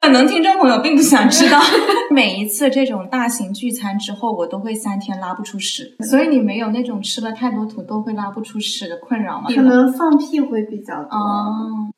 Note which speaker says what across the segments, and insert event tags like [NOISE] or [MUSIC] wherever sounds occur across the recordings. Speaker 1: 可能听众朋友并不想知道。 [LAUGHS] 每一次这种大型聚餐之后，我都会三天拉不出屎， [LAUGHS] 所以你没有那种吃了太多土豆会拉不出屎的困扰吗？
Speaker 2: 可能放屁会比较多。
Speaker 1: 哦，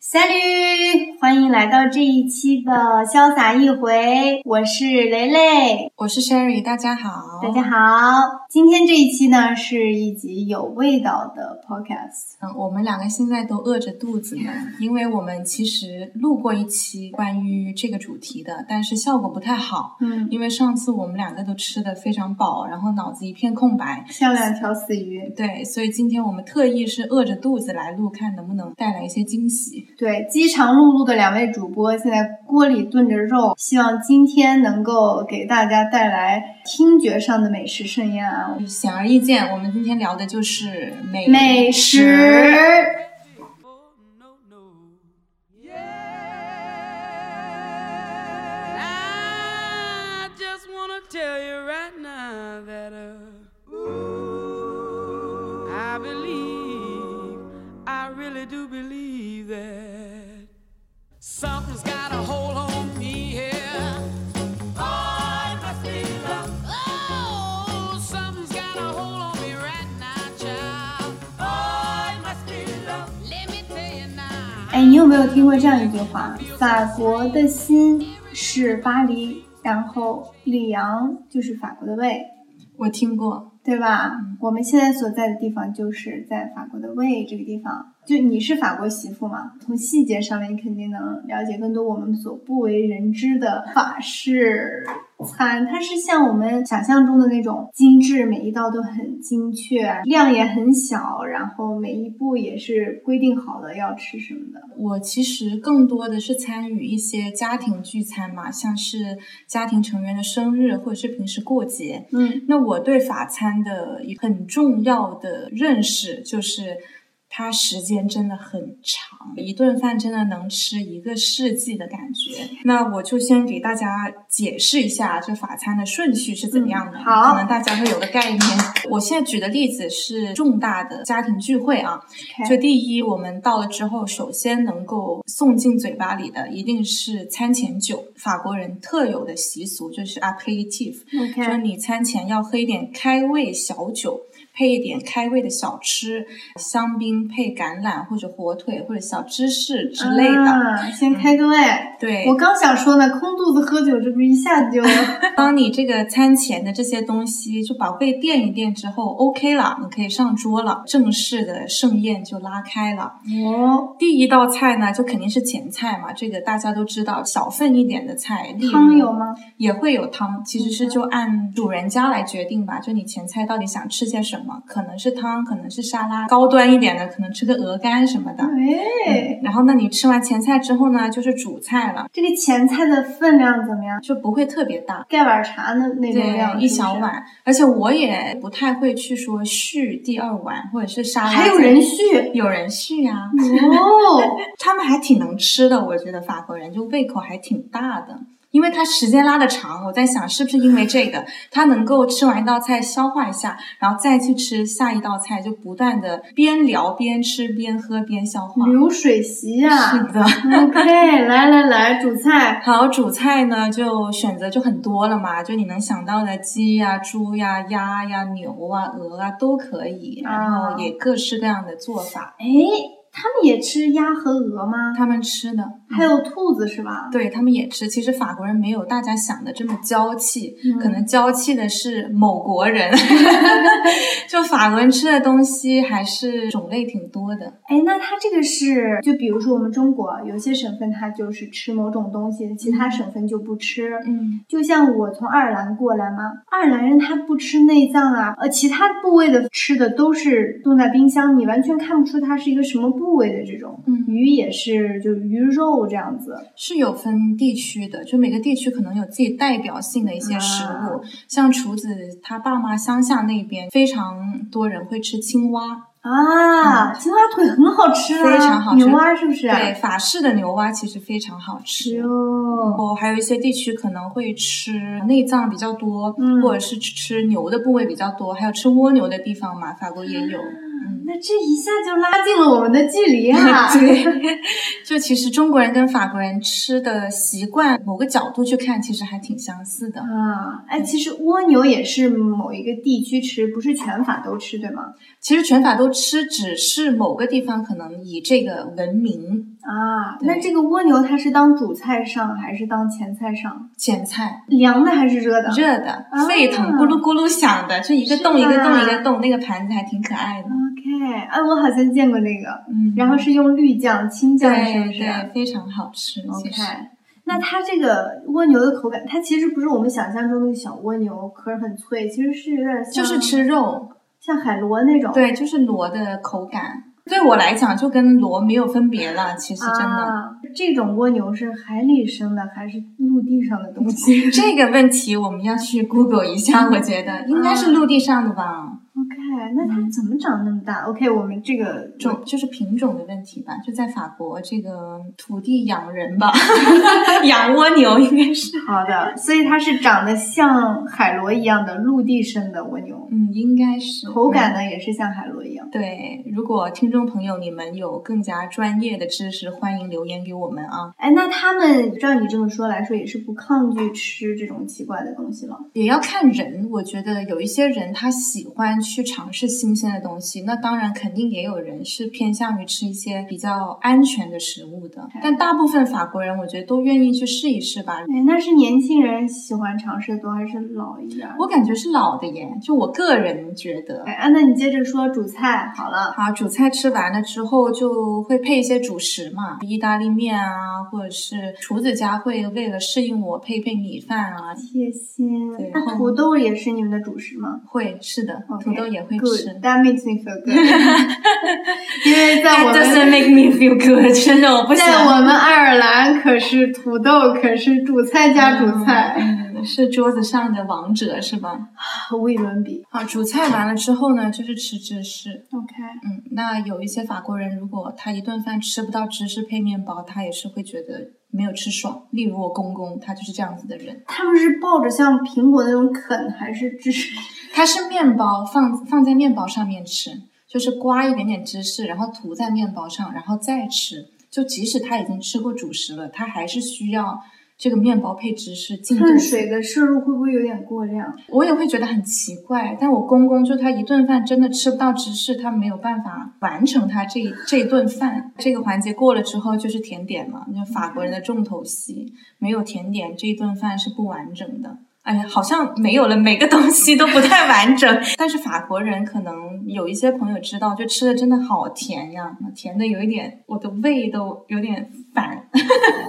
Speaker 2: Salut，欢迎来到这一期的潇洒一回，我是雷雷，
Speaker 1: 我是 Sherry，大家好，
Speaker 2: 大家。好。今天这一期呢是一集有味道的 podcast，
Speaker 1: 嗯，我们两个现在都饿着肚子呢，因为我们其实录过一期关于这个主题的，但是效果不太好，
Speaker 2: 嗯，
Speaker 1: 因为上次我们两个都吃的非常饱，然后脑子一片空白，
Speaker 2: 像两条死鱼。
Speaker 1: 对，所以今天我们特意是饿着肚子来录，看能不能带来一些惊喜。
Speaker 2: 对，饥肠辘辘的两位主播现在锅里炖着肉，希望今天能够给大家带来听觉上的美食盛宴啊！
Speaker 1: 呃显而易见，我们今天聊的就是美
Speaker 2: 美食。
Speaker 3: I just wanna tell you right now that uh, I believe, I really do believe that something's got a hold on me here. Oh, it must be love. Oh, something's got a hold on me right now, child. Oh, it must be love. Let me tell you now.
Speaker 2: 哎，你有没有听过这样一句话？法国的心是巴黎，然后里昂就是法国的胃，
Speaker 1: 我听过，
Speaker 2: 对吧？我们现在所在的地方就是在法国的胃这个地方。就你是法国媳妇嘛，从细节上面你肯定能了解更多我们所不为人知的法式餐。它是像我们想象中的那种精致，每一道都很精确，量也很小，然后每一步也是规定好的要吃什么的。
Speaker 1: 我其实更多的是参与一些家庭聚餐嘛，像是家庭成员的生日或者是平时过节。
Speaker 2: 嗯，
Speaker 1: 那我对法餐的一个很重要的认识就是，它时间真的很长，一顿饭真的能吃一个世纪的感觉。那我就先给大家解释一下这法餐的顺序是怎么样的，
Speaker 2: 嗯好
Speaker 1: 可能大家会有个概念。我现在举的例子是重大的家庭聚会啊，
Speaker 2: OK
Speaker 1: 就第一，我们到了之后，首先能够送进嘴巴里的一定是餐前酒，法国人特有的习俗就是 aperitif。就是
Speaker 2: OK，
Speaker 1: 你餐前要喝一点开胃小酒，配一点开胃的小吃，香槟配橄榄或者火腿或者小芝士之类的。
Speaker 2: 啊、先开个胃。
Speaker 1: 对
Speaker 2: 我，刚想说呢，空肚子喝酒，这不是一下
Speaker 1: [LAUGHS]
Speaker 2: 子就哦
Speaker 1: 当你这个餐前的这些东西就把胃垫一垫之后，OK 了，你可以上桌了，正式的盛宴就拉开了。
Speaker 2: 哦，
Speaker 1: 第一道菜呢，就肯定是前菜嘛，这个大家都知道，小份一点的菜，例如
Speaker 2: 汤有吗？
Speaker 1: 也会有汤，其实是
Speaker 2: 嗯
Speaker 1: 就按主人家来决定吧，就你前菜到底想吃些什么，可能是汤，可能是沙拉，高端一点的可能吃个鹅肝什么的。
Speaker 2: 哎，
Speaker 1: 然后，那你吃完前菜之后呢，就是主菜了，
Speaker 2: 这个前菜的分量怎么样？
Speaker 1: 就不会特别大，
Speaker 2: 盖碗茶那那种量是
Speaker 1: 对，
Speaker 2: 不是，
Speaker 1: 一小碗。而且我也不太会去说续第二碗或者是沙拉，
Speaker 2: 还有人，续
Speaker 1: 有人续啊呀、
Speaker 2: 哦，
Speaker 1: 他们还挺能吃的，我觉得法国人就胃口还挺大的，因为他时间拉的长，我在想是不是因为这个，他能够吃完一道菜消化一下，然后再去吃下一道菜，就不断的边聊边吃边喝边消化。
Speaker 2: 流水席呀、
Speaker 1: 是的。
Speaker 2: OK，来来来，主菜，
Speaker 1: 好，主菜呢就选择就很多了嘛，就你能想到的鸡呀、猪呀、鸭呀、牛啊、鹅啊都可以，然后也各式各样的做法，
Speaker 2: 哎，他们也吃鸭和鹅吗？
Speaker 1: 他们吃的。
Speaker 2: 还有兔子是吧？
Speaker 1: 对他们也吃。其实法国人没有大家想的这么娇气，
Speaker 2: 嗯
Speaker 1: 可能娇气的是某国人。 [LAUGHS] 就法国人吃的东西还是种类挺多的。
Speaker 2: 哎，那它这个是，就比如说我们中国有些省份它就是吃某种东西，其他省份就不吃。
Speaker 1: 嗯，
Speaker 2: 就像我从爱尔兰过来嘛，爱尔兰人他不吃内脏啊，呃，其他部位的吃的都是冻在冰箱，你完全看不出它是一个什么部位的这种。
Speaker 1: 嗯
Speaker 2: 鱼也是，就鱼肉这样子。
Speaker 1: 是有分地区的，就每个地区可能有自己代表性的一些食
Speaker 2: 啊
Speaker 1: 物。像厨子他爸妈乡下那边，非常多人会吃青蛙。
Speaker 2: 啊，青蛙腿很好吃啊，
Speaker 1: 嗯非常好吃
Speaker 2: 牛蛙是不是？啊
Speaker 1: 对，法式的牛蛙其实非常好吃。然
Speaker 2: 哟，
Speaker 1: 后还有一些地区可能会吃内脏比较多，
Speaker 2: 嗯
Speaker 1: 或者是吃牛的部位比较多，还有吃蜗牛的地方嘛，法国也有。嗯，！
Speaker 2: 那这一下就拉近了我们的距离啊
Speaker 1: [LAUGHS] 对，就其实中国人跟法国人吃的习惯，某个角度去看，其实还挺相似的。
Speaker 2: 啊，哎，其实蜗牛也是某一个地区吃，不是全法都吃，对吗？
Speaker 1: 其实全法都吃，只是某个地方可能以这个闻名，
Speaker 2: 啊，
Speaker 1: 对
Speaker 2: 那这个蜗牛它是当主菜上还是当前菜上？
Speaker 1: 咸菜
Speaker 2: 凉的还是热的？
Speaker 1: 热的
Speaker 2: 啊
Speaker 1: 沸腾，咕噜咕噜响的，就一个
Speaker 2: 是啊
Speaker 1: 洞一个洞
Speaker 2: 吧
Speaker 1: 一个洞，那个盘子还挺可爱的。
Speaker 2: OK，哎，我好像见过这个，
Speaker 1: 嗯，
Speaker 2: 然后是用绿酱、青酱，是不
Speaker 1: 对
Speaker 2: 是啊
Speaker 1: 对，非常好吃。
Speaker 2: ？OK，
Speaker 1: 其实
Speaker 2: 那它这个蜗牛的口感，它其实不是我们想象中的小蜗牛，壳儿很脆，其实是有点像，
Speaker 1: 就是吃肉，
Speaker 2: 像海螺那种。
Speaker 1: 对，就是螺的口感，对我来讲就跟螺没有分别了。其实真的，
Speaker 2: 啊，这种蜗牛是海里生的还是陆地上的东
Speaker 1: [LAUGHS]
Speaker 2: 西
Speaker 1: 这个问题我们要去 Google 一下，我觉
Speaker 2: [LAUGHS]
Speaker 1: 得应该
Speaker 2: 嗯
Speaker 1: 是陆地上的吧，
Speaker 2: ？OK，那
Speaker 1: 嗯
Speaker 2: 它怎么长那么大？OK，我们这个
Speaker 1: 种就是品种的问题吧，就在法国这个土地养人吧， [LAUGHS] 养蜗牛应该是，
Speaker 2: 好的，所以它是长得像海螺一样的陆地生的蜗牛，
Speaker 1: 嗯，应该是
Speaker 2: 口感。
Speaker 1: 嗯
Speaker 2: 呢也是像海螺一样。
Speaker 1: 对，如果听众朋友你们有更加专业的知识，欢迎留言给我们啊！
Speaker 2: 哎，那他们照你这么说来说，也是不抗拒吃这种奇怪的东西了。
Speaker 1: 也要看人，我觉得有一些人他喜欢去尝试新鲜的东西，那当然肯定也有人是偏向于吃一些比较安全的食物的，但大部分法国人我觉得都愿意去试一试吧。
Speaker 2: 哎，那是年轻人喜欢尝试的多，还是老一点儿？
Speaker 1: 我感觉是老的耶，就我个人觉得
Speaker 2: 哎。啊，那你接着说主菜好了。
Speaker 1: 好，主菜吃完了之后就会配一些主食嘛，意大利面啊，或者是厨子家会为了适应我配配米饭啊，
Speaker 2: 贴心
Speaker 1: 对，
Speaker 2: 那土豆也是你们的主食吗？
Speaker 1: 会是的
Speaker 2: OK，
Speaker 1: 土豆也会
Speaker 2: Good,
Speaker 1: 吃。
Speaker 2: That makes me feel good 。 [LAUGHS] 因为在我
Speaker 1: That doesn't
Speaker 2: 们
Speaker 1: make me feel good，真的我不
Speaker 2: 在
Speaker 1: 想。
Speaker 2: 我们爱尔兰可是土豆可是主菜加主菜，
Speaker 1: 嗯是桌子上的王者是吧？
Speaker 2: 无与伦比。
Speaker 1: 好，啊主菜完了之后呢，就是吃芝士。
Speaker 2: OK，
Speaker 1: 嗯，那有一些法国人，如果他一顿饭吃不到芝士配面包，他也是会觉得没有吃爽。例如我公公，他就是这样子的人。
Speaker 2: 他们是抱着像苹果那种啃，还是芝士？
Speaker 1: 它是面包放放在面包上面吃，就是刮一点点芝士，然后涂在面包上，然后再吃。就即使他已经吃过主食了，他还是需要这个面包配芝士进
Speaker 2: 碳
Speaker 1: 肚。
Speaker 2: 水的摄入会不会有点过量？
Speaker 1: 我也会觉得很奇怪，但我公公就他一顿饭真的吃不到芝士，他没有办法完成他这一这一顿饭。这个环节过了之后就是甜点嘛，就法国人的重头戏，没有甜点这一顿饭是不完整的。哎呀，好像没有了，每个东西都不太完整。 [LAUGHS] 但是法国人可能有一些朋友知道，就吃的真的好甜呀，甜的有一点我的胃都有点反，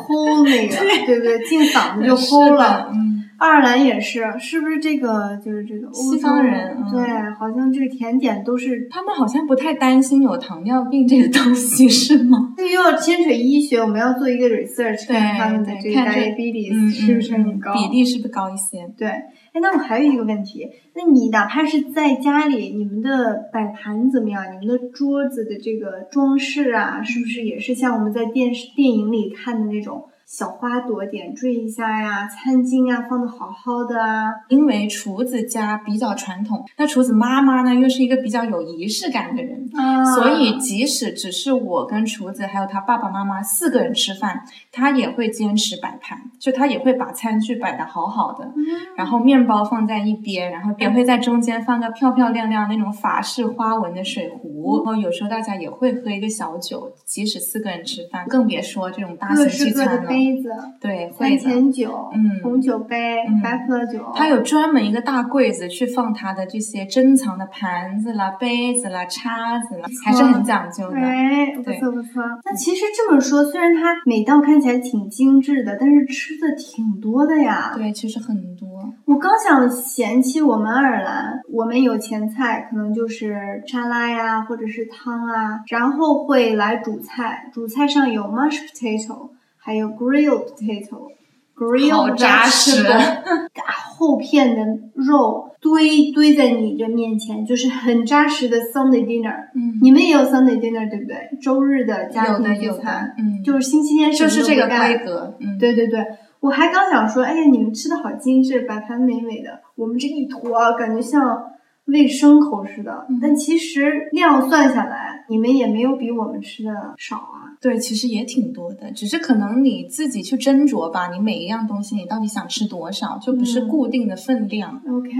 Speaker 2: 齁那个， [LAUGHS] 对不对？进
Speaker 1: [LAUGHS]
Speaker 2: 嗓子就齁
Speaker 1: 齁
Speaker 2: 了。
Speaker 1: 嗯，
Speaker 2: 爱尔兰也是，是不是这个就是这个欧洲
Speaker 1: 西方人嗯
Speaker 2: 对，好像这个甜点都是
Speaker 1: 他们好像不太担心有糖尿病这个东西，是吗？
Speaker 2: 这个又要牵扯医学，我们要做一个 research，
Speaker 1: 对
Speaker 2: 看他们的这
Speaker 1: 对
Speaker 2: 个
Speaker 1: 看这
Speaker 2: diabetes 是不是很高
Speaker 1: 嗯比例是不是高一些？
Speaker 2: 对，哎，那我还有一个问题，那你哪怕是在家里，你们的摆盘怎么样？你们的桌子的这个装饰啊，是不是也是像我们在电视、电影里看的那种小花朵点缀一下呀，餐巾啊放的好好的啊？
Speaker 1: 因为厨子家比较传统，那厨子妈妈呢又是一个比较有仪式感的人，
Speaker 2: 啊
Speaker 1: 所以即使只是我跟厨子还有他爸爸妈妈四个人吃饭，他也会坚持摆盘，就他也会把餐具摆得好好的。
Speaker 2: 嗯
Speaker 1: 然后面包放在一边，然后也会在中间放个漂漂亮亮那种法式花纹的水壶，
Speaker 2: 嗯
Speaker 1: 然后有时候大家也会喝一个小酒，即使四个人吃饭，更别说这种大型
Speaker 2: 各
Speaker 1: 聚
Speaker 2: 式各
Speaker 1: 啊餐
Speaker 2: 的
Speaker 1: 了。
Speaker 2: 杯子，
Speaker 1: 对，会
Speaker 2: 餐
Speaker 1: 的。
Speaker 2: 前酒、
Speaker 1: 嗯
Speaker 2: 红酒杯、
Speaker 1: 嗯
Speaker 2: 白葡萄酒，
Speaker 1: 他有专门一个大柜子去放他的这些珍藏的盘子啦、杯子啦、叉子啦，还是
Speaker 2: 哦
Speaker 1: 很讲究的。
Speaker 2: 哎，不
Speaker 1: 对
Speaker 2: 错不错。那其实这么说，虽然它每道看起来挺精致的，但是吃的挺多的呀。
Speaker 1: 对，其实很多。
Speaker 2: 我刚想嫌弃我们爱尔兰，我们有前菜，可能就是沙拉呀，或者是汤啊，然后会来主菜，主菜上有 mashed potato，还有 grilled potato。
Speaker 1: 好
Speaker 2: grilled
Speaker 1: 扎实
Speaker 2: vegetable，大 [LAUGHS] 厚片的肉堆堆在你这面前，就是很扎实的 Sunday dinner。
Speaker 1: 嗯，
Speaker 2: 你们也有 Sunday dinner 对不对？周日的家
Speaker 1: 有的
Speaker 2: 庭聚
Speaker 1: 有的
Speaker 2: 餐，，
Speaker 1: 嗯，
Speaker 2: 就是星期天什
Speaker 1: 就
Speaker 2: 么
Speaker 1: 是
Speaker 2: 都
Speaker 1: 这
Speaker 2: 不
Speaker 1: 个
Speaker 2: 干
Speaker 1: 规。格。嗯，
Speaker 2: 对对对，我还刚想说，哎呀，你们吃的好精致，摆盘美美的，我们这一坨啊感觉像喂牲口似的
Speaker 1: 嗯，
Speaker 2: 但其实量算下来，你们也没有比我们吃的少啊。
Speaker 1: 对，其实也挺多的，只是可能你自己去斟酌吧。你每一样东西，你到底想吃多少，就不是
Speaker 2: 嗯
Speaker 1: 固定的分量。
Speaker 2: OK，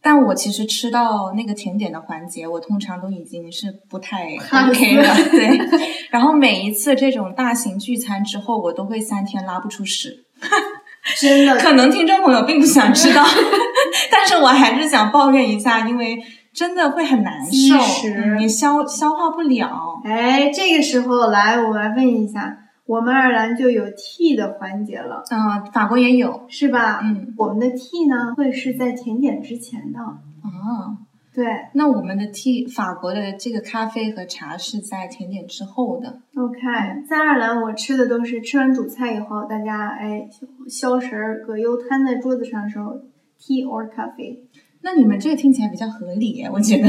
Speaker 1: 但我其实吃到那个甜点的环节，我通常都已经是不太
Speaker 2: 怕死
Speaker 1: OK 了。对， [LAUGHS] 然后每一次这种大型聚餐之后，我都会三天拉不出屎。
Speaker 2: 真的
Speaker 1: [LAUGHS] 可能听众朋友并不想知道，但是我还是想抱怨一下，因为真的会很难
Speaker 2: 积
Speaker 1: 受，
Speaker 2: 食
Speaker 1: 嗯你消消化不了。
Speaker 2: 哎，这个时候来，我来问一下，我们爱尔兰就有 tea 的环节了，
Speaker 1: 嗯、法国也有，
Speaker 2: 是吧？
Speaker 1: 嗯
Speaker 2: 我们的 tea 呢，会是在甜点之前的。
Speaker 1: 啊。
Speaker 2: 对
Speaker 1: 那我们的 tea，法国的这个咖啡和茶是在甜点之后的。
Speaker 2: ，OK，在爱尔兰我吃的都是吃完主菜以后，大家哎消食儿，葛优瘫在桌子上的时候，tea or coffee， [LAUGHS]
Speaker 1: 那你们这个听起来比较合理耶，我觉得。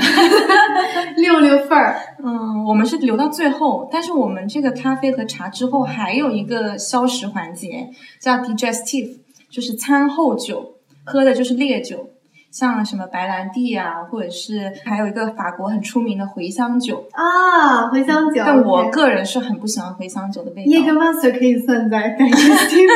Speaker 2: 溜溜缝儿。
Speaker 1: 嗯，我们是留到最后，但是我们这个咖啡和茶之后还有一个消食环节，叫 digestive，就是餐后酒，喝的就是烈酒，像什么白兰地啊，或者是还有一个法国很出名的茴香酒。
Speaker 2: 啊，茴香酒。
Speaker 1: 但我
Speaker 2: OK
Speaker 1: 个人是很不喜欢茴香酒的味道。
Speaker 2: 耶格玛斯特可以算在
Speaker 1: [LAUGHS]
Speaker 2: digestive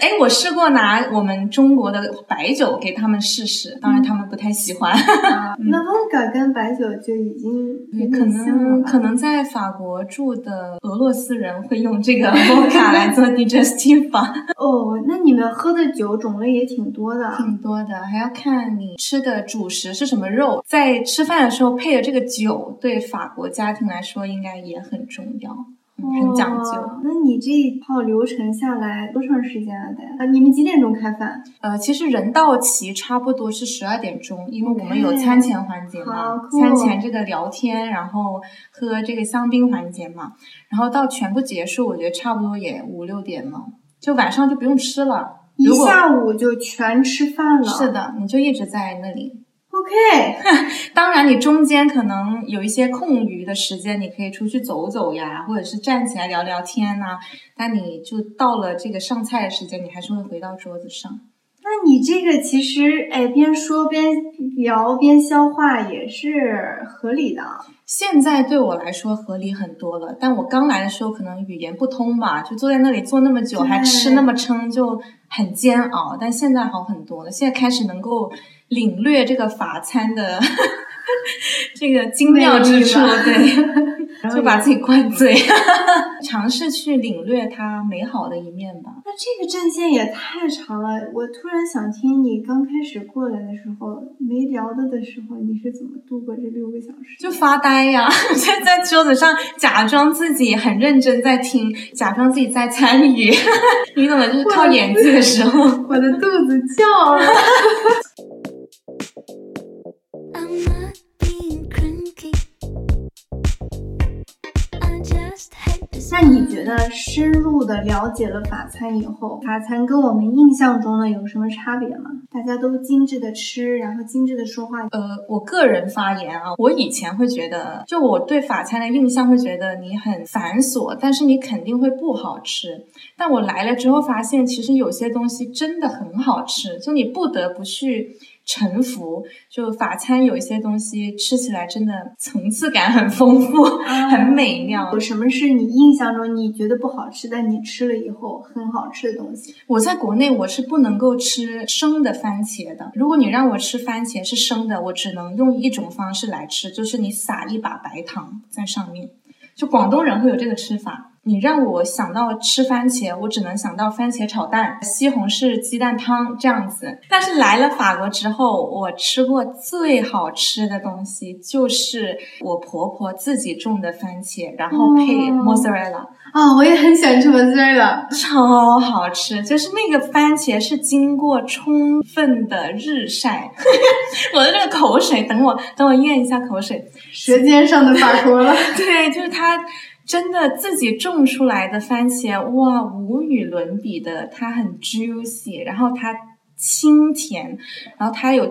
Speaker 1: 哎，我试过拿我们中国的白酒给他们试试，
Speaker 2: 嗯
Speaker 1: 当然他们不太喜欢，
Speaker 2: 啊那 vodka 跟白酒就已经有
Speaker 1: 嗯可
Speaker 2: 点像了
Speaker 1: 能
Speaker 2: 吧
Speaker 1: 可能在法国住的俄罗斯人会用这个 [LAUGHS] vodka 来做 digestive 吧，
Speaker 2: 哦，那你们喝的酒种类也挺多的。
Speaker 1: 挺多的，还要看你吃的主食是什么肉，在吃饭的时候配的这个酒，对法国家庭来说应该也很重要，嗯、很讲究。
Speaker 2: 哦那你这一套流程下来多长时间啊？得啊，你们几点钟开饭？
Speaker 1: 呃，其实人到齐差不多是十二点钟，因为我们有
Speaker 2: OK
Speaker 1: 餐前环节嘛
Speaker 2: 好酷
Speaker 1: 餐前这个聊天，然后喝这个香槟环节嘛，然后到全部结束，我觉得差不多也五六点了，就晚上就不用吃了。
Speaker 2: 一
Speaker 1: 如果
Speaker 2: 下午就全吃饭了。
Speaker 1: 是。的，你就一直在那里。
Speaker 2: OK， [LAUGHS]
Speaker 1: 当然，你中间可能有一些空余的时间，你可以出去走走呀，或者是站起来聊聊天呐、但你就到了这个上菜的时间，你还是会回到桌子上。
Speaker 2: 那你这个其实哎，边说边聊边消化也是合理的。
Speaker 1: 现在对我来说合理很多了，但我刚来的时候可能语言不通吧，就坐在那里坐那么久，
Speaker 2: 对
Speaker 1: 还吃那么撑，就很煎熬。但现在好很多了，现在开始能够领略这个法餐的 [LAUGHS] 这个精妙之处，
Speaker 2: 魅力吧
Speaker 1: 对， [LAUGHS]
Speaker 2: 后
Speaker 1: 就把自己灌醉， [LAUGHS] 尝试去领略它美好的一面吧。
Speaker 2: 那这个战线也太长了，我突然想听你刚开始过来的时候，没聊的的时候，你是怎么度过这六个小时？
Speaker 1: 就发呆呀， [LAUGHS] 在在桌子上假装自己很认真在听，假装自己在参与， [LAUGHS] 你懂的，就是靠演技的时候。
Speaker 2: 我的肚子叫了。 [LAUGHS]
Speaker 4: I'm not being cranky. I just had to
Speaker 2: 那你觉得深入的了解了法餐以后，法餐跟我们印象中的有什么差别吗？大家都精致的吃，然后精致的说话。
Speaker 1: 呃，我个人发言啊，我以前会觉得，就我对法餐的印象会觉得你很繁琐，但是你肯定会不好吃。但我来了之后发现，其实有些东西真的很好吃，就你不得不去臣服。就法餐有一些东西吃起来真的层次感很丰富，很美妙
Speaker 2: 有。什么是你印象中你觉得不好吃，但你吃了以后很好吃的东西？
Speaker 1: 我在国内我是不能够吃生的番茄的。如果你让我吃番茄是生的，我只能用一种方式来吃，就是你撒一把白糖在上面。就广东人会有这个吃法。你让我想到吃番茄，我只能想到番茄炒蛋、西红柿鸡蛋汤这样子。但是来了法国之后，我吃过最好吃的东西就是我婆婆自己种的番茄，然后配
Speaker 2: 哦
Speaker 1: mozzarella。
Speaker 2: 啊、我也很喜欢吃文字的。
Speaker 1: [LAUGHS] 超好吃，就是那个番茄是经过充分的日晒， [LAUGHS] 我的这个口水，等我等我咽一下口水。 [LAUGHS]
Speaker 2: 舌尖上的 [LAUGHS] 法国了。
Speaker 1: 对，就是它真的自己种出来的番茄，哇，无与伦比的，它很 juicy，然后它清甜，然后它有，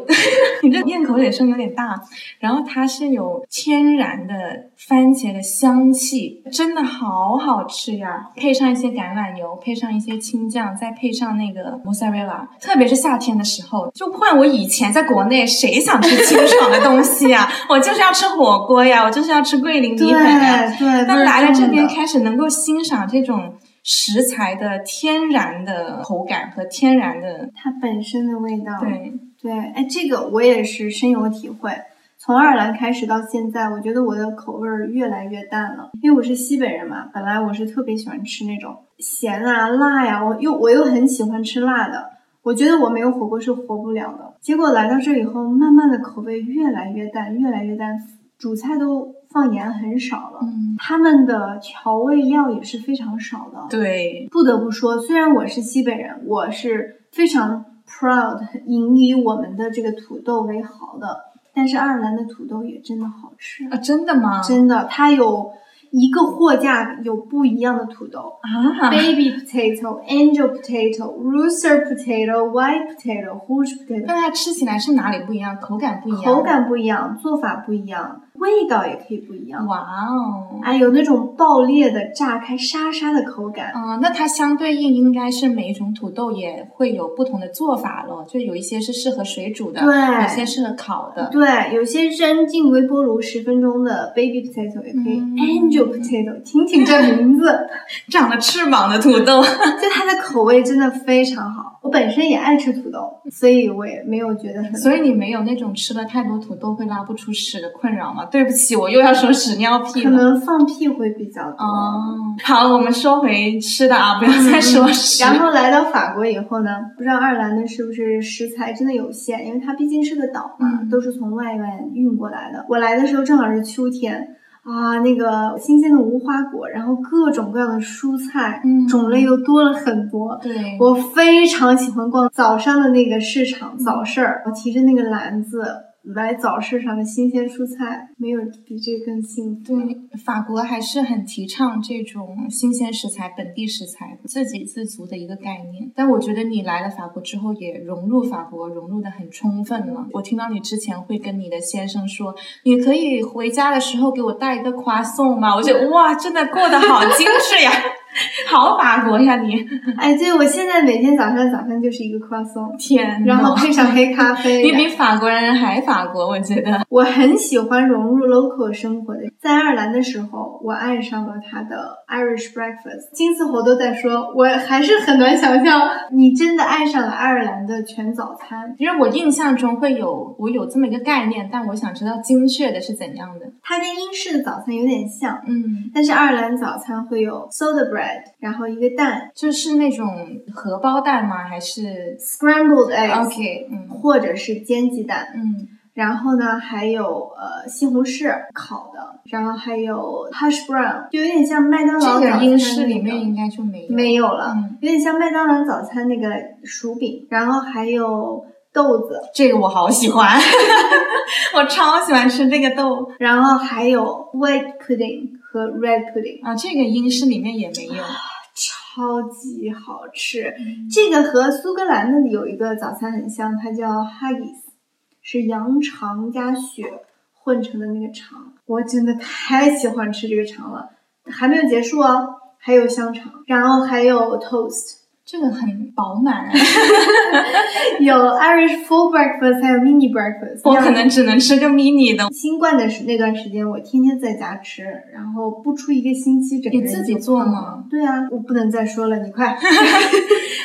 Speaker 1: [LAUGHS] 你这咽口水声有点大，然后它是有天然的番茄的香气，真的好好吃呀！配上一些橄榄油，配上一些青酱，再配上那个 mozzarella，特别是夏天的时候，就换我以前在国内，谁想吃清爽的东西呀？ [LAUGHS] 我就是要吃火锅呀，我就是要吃桂林米
Speaker 2: 对
Speaker 1: 粉呀，
Speaker 2: [LAUGHS] 对，
Speaker 1: 但
Speaker 2: 味儿
Speaker 1: 来了这
Speaker 2: 重
Speaker 1: 边
Speaker 2: 的
Speaker 1: 开始能够欣赏这种食材的天然的口感和天然的
Speaker 2: 它本身的味道，
Speaker 1: 对，
Speaker 2: 对，哎，这个我也是深有体会。从爱尔兰开始到现在，我觉得我的口味儿越来越淡了，因为我是西北人嘛，本来我是特别喜欢吃那种咸啊、辣呀、我又我又很喜欢吃辣的，我觉得我没有火锅是活不了的。结果来到这里后，慢慢的口味越来越淡，越来越淡，主菜都放盐很少了，
Speaker 1: 嗯，
Speaker 2: 他们的调味料也是非常少的。
Speaker 1: 对，
Speaker 2: 不得不说，虽然我是西北人，我是非常 proud 引以我们的这个土豆为豪的，但是爱尔兰的土豆也真的好吃，
Speaker 1: 啊，真的吗？
Speaker 2: 真的，它有一个货架有不一样的土豆。
Speaker 1: 啊，
Speaker 2: Baby potato, angel potato, rooster potato, white potato, huge potato，
Speaker 1: 那它吃起来是哪里不一样？口感不一样？
Speaker 2: 口？感不一样，做法不一样，味道也可以不一样。
Speaker 1: 哇哦！
Speaker 2: 哎，有那种爆裂的、炸开沙沙的口感，
Speaker 1: 啊、那它相对应应该是每一种土豆也会有不同的做法了，就有一些是适合水煮的，
Speaker 2: 对
Speaker 1: 有些适合烤的。
Speaker 2: 对，有些扔进微波炉十分钟的 baby potato 也可以、
Speaker 1: 嗯
Speaker 2: angel potato，听听这
Speaker 1: [LAUGHS]
Speaker 2: 名字，
Speaker 1: 长了翅膀的土豆， [LAUGHS]
Speaker 2: 就它的口味真的非常好。我本身也爱吃土豆，所以我也没有觉得很。
Speaker 1: 所以你没有那种吃了太多土豆会拉不出屎的困扰吗？对不起，我又要说屎尿屁
Speaker 2: 可
Speaker 1: 了。
Speaker 2: 能放屁会比较多。
Speaker 1: 哦，好，我们说回吃的啊，不要再说吃。
Speaker 2: 嗯然后来到法国以后呢，不知道爱尔兰的是不是食材真的有限，因为它毕竟是个岛嘛，
Speaker 1: 嗯
Speaker 2: 都是从外面运过来的。我来的时候正好是秋天啊，那个新鲜的无花果，然后各种各样的蔬菜，
Speaker 1: 嗯
Speaker 2: 种类又多了很多。
Speaker 1: 对，
Speaker 2: 我非常喜欢逛早上的那个市场早市儿，我提着那个篮子买早市上的新鲜蔬菜，没有比这更幸福。了。
Speaker 1: 对法国还是很提倡这种新鲜食材、本地食材、自给自足的一个概念。但我觉得你来了法国之后，也融入法国，融入的很充分了。我听到你之前会跟你的先生说，你可以回家的时候给我带一个夸送吗？我觉得哇，真的过得好精致呀， [LAUGHS] 好法国呀你！
Speaker 2: 哎，对我现在每天早上早上就是一个 croissant。
Speaker 1: 天呐，
Speaker 2: 然后配上黑
Speaker 1: [LAUGHS]
Speaker 2: 咖啡。
Speaker 1: 你比法国人还法国，我觉得。
Speaker 2: 我很喜欢融入 local 生活的。在爱尔兰的时候，我爱上了它的 Irish breakfast。金丝猴都在说，我还是很难想象你真的爱上了爱尔兰的全早餐。
Speaker 1: 因为我印象中会有我有这么一个概念，但我想知道精确的是怎样的。
Speaker 2: 它跟英式的早餐有点像，
Speaker 1: 嗯，
Speaker 2: 但是爱尔兰早餐会有 soda bread，然后一个蛋
Speaker 1: 就是那种荷包蛋吗？还是
Speaker 2: ，scrambled eggs，、
Speaker 1: OK？嗯
Speaker 2: 或者是煎鸡蛋。
Speaker 1: 嗯
Speaker 2: 然后呢，还有呃西红柿烤的，然后还有 hash brown，就有点像麦当劳
Speaker 1: 这
Speaker 2: 早
Speaker 1: 个
Speaker 2: 餐
Speaker 1: 英式
Speaker 2: 那
Speaker 1: 里面
Speaker 2: 种
Speaker 1: 应该就没有。
Speaker 2: 没有了，
Speaker 1: 嗯
Speaker 2: 有点像麦当劳早餐那个薯饼，然后还有豆子，
Speaker 1: 这个我好喜欢， [LAUGHS] 我超喜欢吃这个豆
Speaker 2: 然后还有 white pudding 和 red pudding，
Speaker 1: 啊！这个英式里面也没有。
Speaker 2: 超级好吃。
Speaker 1: 嗯
Speaker 2: 这个和苏格兰的有一个早餐很像，它叫 haggis，是羊肠加血混成的那个肠。我真的太喜欢吃这个肠了，还没有结束哦，还有香肠，然后还有 toast。
Speaker 1: 这个很饱 [LAUGHS] 满，啊
Speaker 2: 有 Irish full breakfast，还有 mini breakfast。
Speaker 1: 我可能只能吃个 mini 的。
Speaker 2: 新冠的时那段时间，我天天在家吃，然后不出一个星期，整个
Speaker 1: 你
Speaker 2: 人
Speaker 1: 自己
Speaker 2: 就
Speaker 1: 做
Speaker 2: 胖
Speaker 1: 吗
Speaker 2: 了？对啊，我不能再说了，你快。 [LAUGHS]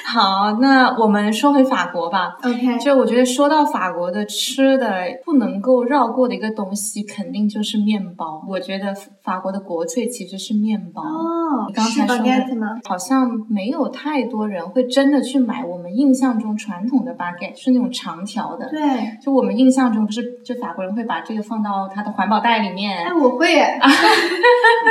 Speaker 1: 好，那我们说回法国吧。
Speaker 2: OK，
Speaker 1: 就我觉得说到法国的吃的，不能够绕过的一个东西，肯定就是面包。我觉得法国的国粹其实是面包。
Speaker 2: 哦，
Speaker 1: 你刚才
Speaker 2: 是
Speaker 1: 说
Speaker 2: baguette 吗
Speaker 1: 的？，好像没有太多人会真的去买我们印象中传统的 baguette，是那种长条的。
Speaker 2: 对，哎
Speaker 1: 就我们印象中不是，就法国人会把这个放到他的环保袋里面
Speaker 2: 哎，。我会 [LAUGHS] 耶。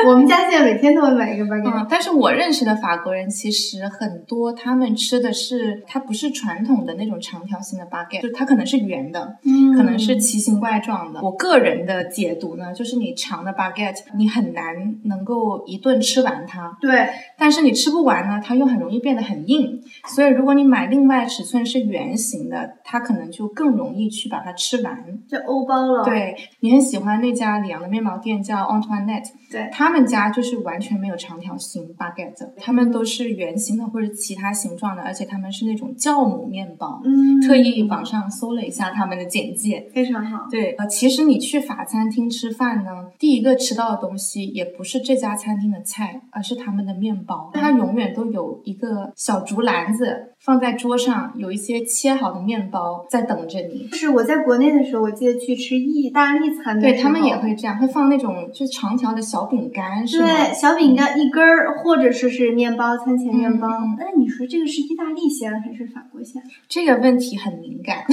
Speaker 2: 我们家现在每天都会买一个
Speaker 1: 嗯
Speaker 2: baguette。，
Speaker 1: 但是我认识的法国人其实很多，他们吃的是它不是传统的那种长条形的 baguette，就它可能是圆的，
Speaker 2: 嗯
Speaker 1: 可能是奇形怪状的。我个人的解读呢，就是你长的 baguette，你很难能够一顿吃完它，
Speaker 2: 对，
Speaker 1: 但是你吃不完呢，它又很容易变得很硬，所以如果你买另外尺寸是圆形的，它可能就更容易去把它吃完。
Speaker 2: 就欧包了。
Speaker 1: 对你很喜欢那家里昂的面包店叫 Antoinette，
Speaker 2: 对，
Speaker 1: 他们家就是完全没有长条形 baguette，他们都是圆形的或者其他形状的，而且他们是那种酵母面包。
Speaker 2: 嗯，
Speaker 1: 特意网上搜了一下他们的简介，
Speaker 2: 非常好。
Speaker 1: 对，呃，其实你去法餐厅吃饭呢，第一个吃到的东西也不是这家餐厅的菜，而是他们的面包。它永远都有一个小竹篮子放在桌上，有一些切好的面包在等着你。
Speaker 2: 就是我在国内的时候，我记得去吃意大利餐的时
Speaker 1: 对
Speaker 2: 候，
Speaker 1: 他们也会这样，会放那种就长条的小饼干，是吗？
Speaker 2: 对小饼干一根儿，或者说是面包餐前面包
Speaker 1: 嗯嗯。
Speaker 2: 那你说这个是意大利馅还是法国
Speaker 1: [LAUGHS]
Speaker 2: 馅？
Speaker 1: 这个问题很敏感， [LAUGHS]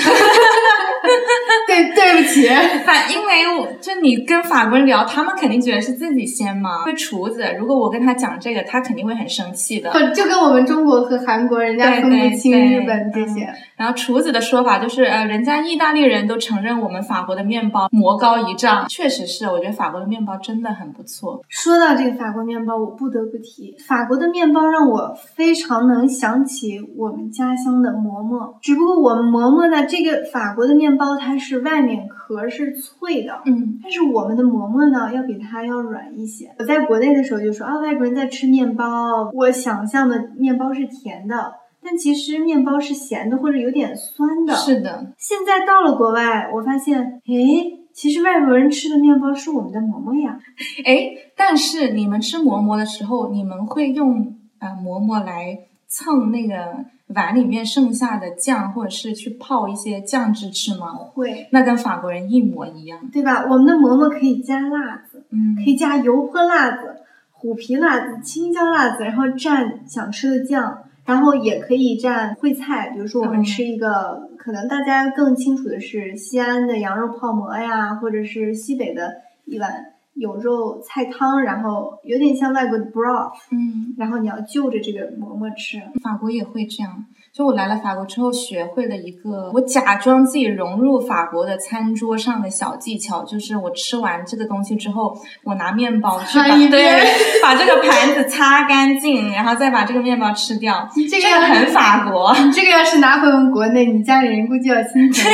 Speaker 2: 对，对不起。
Speaker 1: 反因为我就你跟法国人聊，他们肯定觉得是自己先嘛。会厨子，如果我跟他讲这个，他肯定会很生气的。
Speaker 2: [LAUGHS] 就跟我们中国和韩国人家
Speaker 1: 对
Speaker 2: 分
Speaker 1: 对
Speaker 2: 不清
Speaker 1: 对嗯
Speaker 2: 日本这些，
Speaker 1: 然后厨子的说法就是，呃，人家意大利人都承认我们法国的面包魔高一丈，确实是，我觉得法国的面包真的很不错。
Speaker 2: 说到这个法国面包，我不得不提，法国的面包让我非常能想起我们家乡的馍馍。只不过我们馍馍呢，这个法国的面包它是外面壳是脆的。
Speaker 1: 嗯，
Speaker 2: 但是我们的馍馍呢，要比它要软一些。我在国内的时候就说啊，外国人在吃面包，我想象的面包是甜的，但其实面包是咸的或者有点酸的。
Speaker 1: 是的，
Speaker 2: 现在到了国外，我发现，诶，其实外国人吃的面包是我们的馍馍呀。
Speaker 1: 哎，但是你们吃馍馍的时候，你们会用啊、呃、馍馍来蹭那个碗里面剩下的酱，或者是去泡一些酱汁吃吗？
Speaker 2: 会，
Speaker 1: 那跟法国人一模一样。
Speaker 2: 对吧？我们的馍馍可以加辣子，
Speaker 1: 嗯
Speaker 2: 可以加油泼辣子、虎皮辣子、青椒辣子，然后蘸想吃的酱。然后也可以蘸烩菜，比如说我们
Speaker 1: 嗯
Speaker 2: 吃一个，可能大家更清楚的是西安的羊肉泡馍呀，或者是西北的一碗有肉菜汤，然后有点像外国的 broth，
Speaker 1: 嗯，
Speaker 2: 然后你要就着这个馍馍吃。
Speaker 1: 法国也会这样。就我来了法国之后，学会了一个我假装自己融入法国的餐桌上的小技巧，就是我吃完这个东西之后，我拿面包去把
Speaker 2: 擦一遍
Speaker 1: 对 [LAUGHS] 把这个盘子擦干净，然后再把这个面包吃掉。
Speaker 2: 这
Speaker 1: 这个很法
Speaker 2: [LAUGHS]
Speaker 1: 国，
Speaker 2: 这个要是拿回我们国内，你家里人估计要心疼。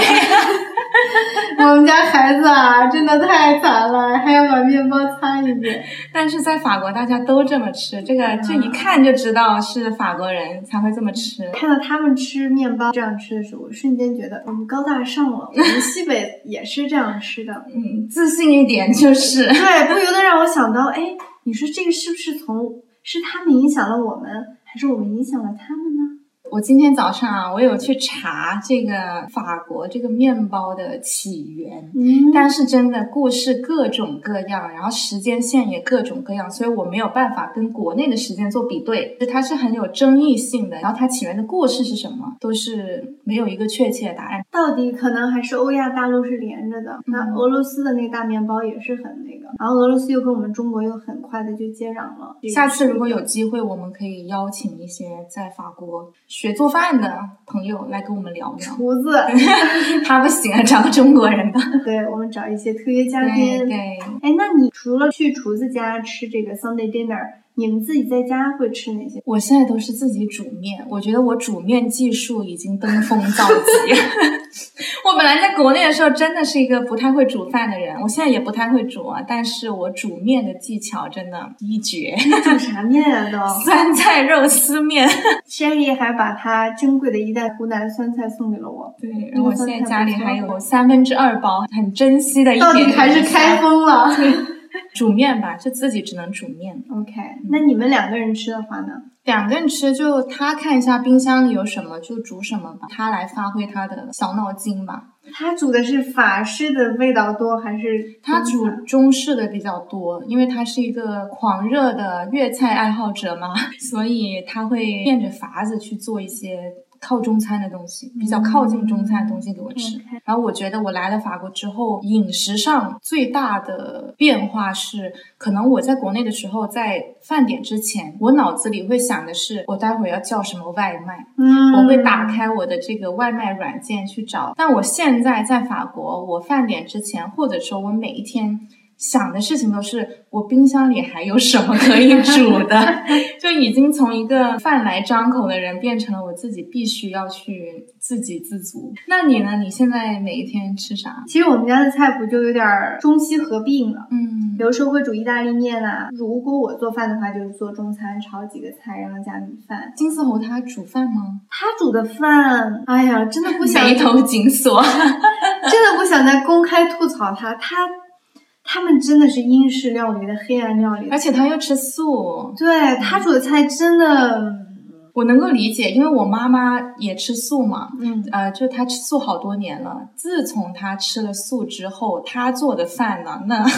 Speaker 2: 我们家孩子啊，真的太惨了，还要把面包擦一遍。
Speaker 1: 但是在法国大家都这么吃，这个这一看就知道是法国人才会这么吃。
Speaker 2: 看到他们吃面包这样吃的时候，我瞬间觉得我们高大上了，我们西北也是这样吃的。
Speaker 1: 嗯，自信一点就是。 [LAUGHS]
Speaker 2: 对，不由得让我想到，哎，你说这个是不是从是他们影响了我们，还是我们影响了他们呢？
Speaker 1: 我今天早上啊，我有去查这个法国这个面包的起源。
Speaker 2: 嗯
Speaker 1: 但是真的故事各种各样，然后时间线也各种各样，所以我没有办法跟国内的时间做比对，就它是很有争议性的。然后它起源的故事是什么，都是没有一个确切的答案。
Speaker 2: 到底可能还是欧亚大陆是连着的。那
Speaker 1: 嗯
Speaker 2: 俄罗斯的那个大面包也是很那个，然后俄罗斯又跟我们中国又很快的就接壤了。
Speaker 1: 下次如果有机会，我们可以邀请一些在法国学做饭的朋友来跟我们聊聊。 [LAUGHS]
Speaker 2: 厨子，
Speaker 1: 他不行啊，找个中国人吧。
Speaker 2: 对我们找一些特约嘉
Speaker 1: 对
Speaker 2: 宾。
Speaker 1: 对，
Speaker 2: 哎，那你除了去厨子家吃这个 Sunday dinner，你们自己在家会吃
Speaker 1: [LAUGHS]
Speaker 2: 哪些？
Speaker 1: 我现在都是自己煮面，我觉得我煮面技术已经登峰造极。 [LAUGHS] 我本来在国内的时候真的是一个不太会煮饭的人，我现在也不太会煮啊，但是我煮面的技巧真的一绝， [LAUGHS]
Speaker 2: 煮啥面呀、都？
Speaker 1: 酸菜肉丝面。 [LAUGHS]
Speaker 2: Sherry 还把她珍贵的一袋湖南酸菜送给了我，
Speaker 1: 对，然后我现在家里还有三分之二包，很珍惜的一点。
Speaker 2: 到底还是开封了。
Speaker 1: [LAUGHS] 煮面吧，就自己只能煮面。
Speaker 2: OK，那你们两个人吃的话呢？
Speaker 1: 两个人吃，就他看一下冰箱里有什么就煮什么吧，他来发挥他的小脑筋吧。
Speaker 2: 他煮的是法式的味道多还是
Speaker 1: 他
Speaker 2: 中
Speaker 1: 煮
Speaker 2: 餐
Speaker 1: 中式的比较多，因为他是一个狂热的粤菜爱好者嘛， [LAUGHS] 所以他会变着法子去做一些靠中餐的东西，比较靠近中餐的东西给我吃。
Speaker 2: OK
Speaker 1: 然后我觉得我来了法国之后，饮食上最大的变化是，可能我在国内的时候，在饭点之前，我脑子里会想的是，我待会儿要叫什么外卖。
Speaker 2: 嗯，
Speaker 1: 我会打开我的这个外卖软件去找。但我现在在法国，我饭点之前，或者说我每一天想的事情都是我冰箱里还有什么可以煮的，
Speaker 2: [LAUGHS]
Speaker 1: 就已经从一个饭来张口的人变成了我自己必须要去自给自足。那你呢？你现在每一天吃啥？
Speaker 2: 其实我们家的菜谱就有点儿中西合并了。
Speaker 1: 嗯
Speaker 2: 有时候会煮意大利面呐、如果我做饭的话，就是做中餐，炒几个菜，然后加米饭。
Speaker 1: 金丝猴它煮饭吗？
Speaker 2: 他煮的饭，哎呀，真的不想，
Speaker 1: 眉头
Speaker 2: [LAUGHS]
Speaker 1: 紧锁。 [LAUGHS]
Speaker 2: 真的不想再公开吐槽他。他他们真的是英式料理的黑暗料理，
Speaker 1: 而且它又吃素，
Speaker 2: 对他煮的菜真的，
Speaker 1: 我能够理解，因为我妈妈也吃素嘛。
Speaker 2: 嗯，
Speaker 1: 呃，就她吃素好多年了。自从她吃了素之后，她做的饭呢，那 [LAUGHS]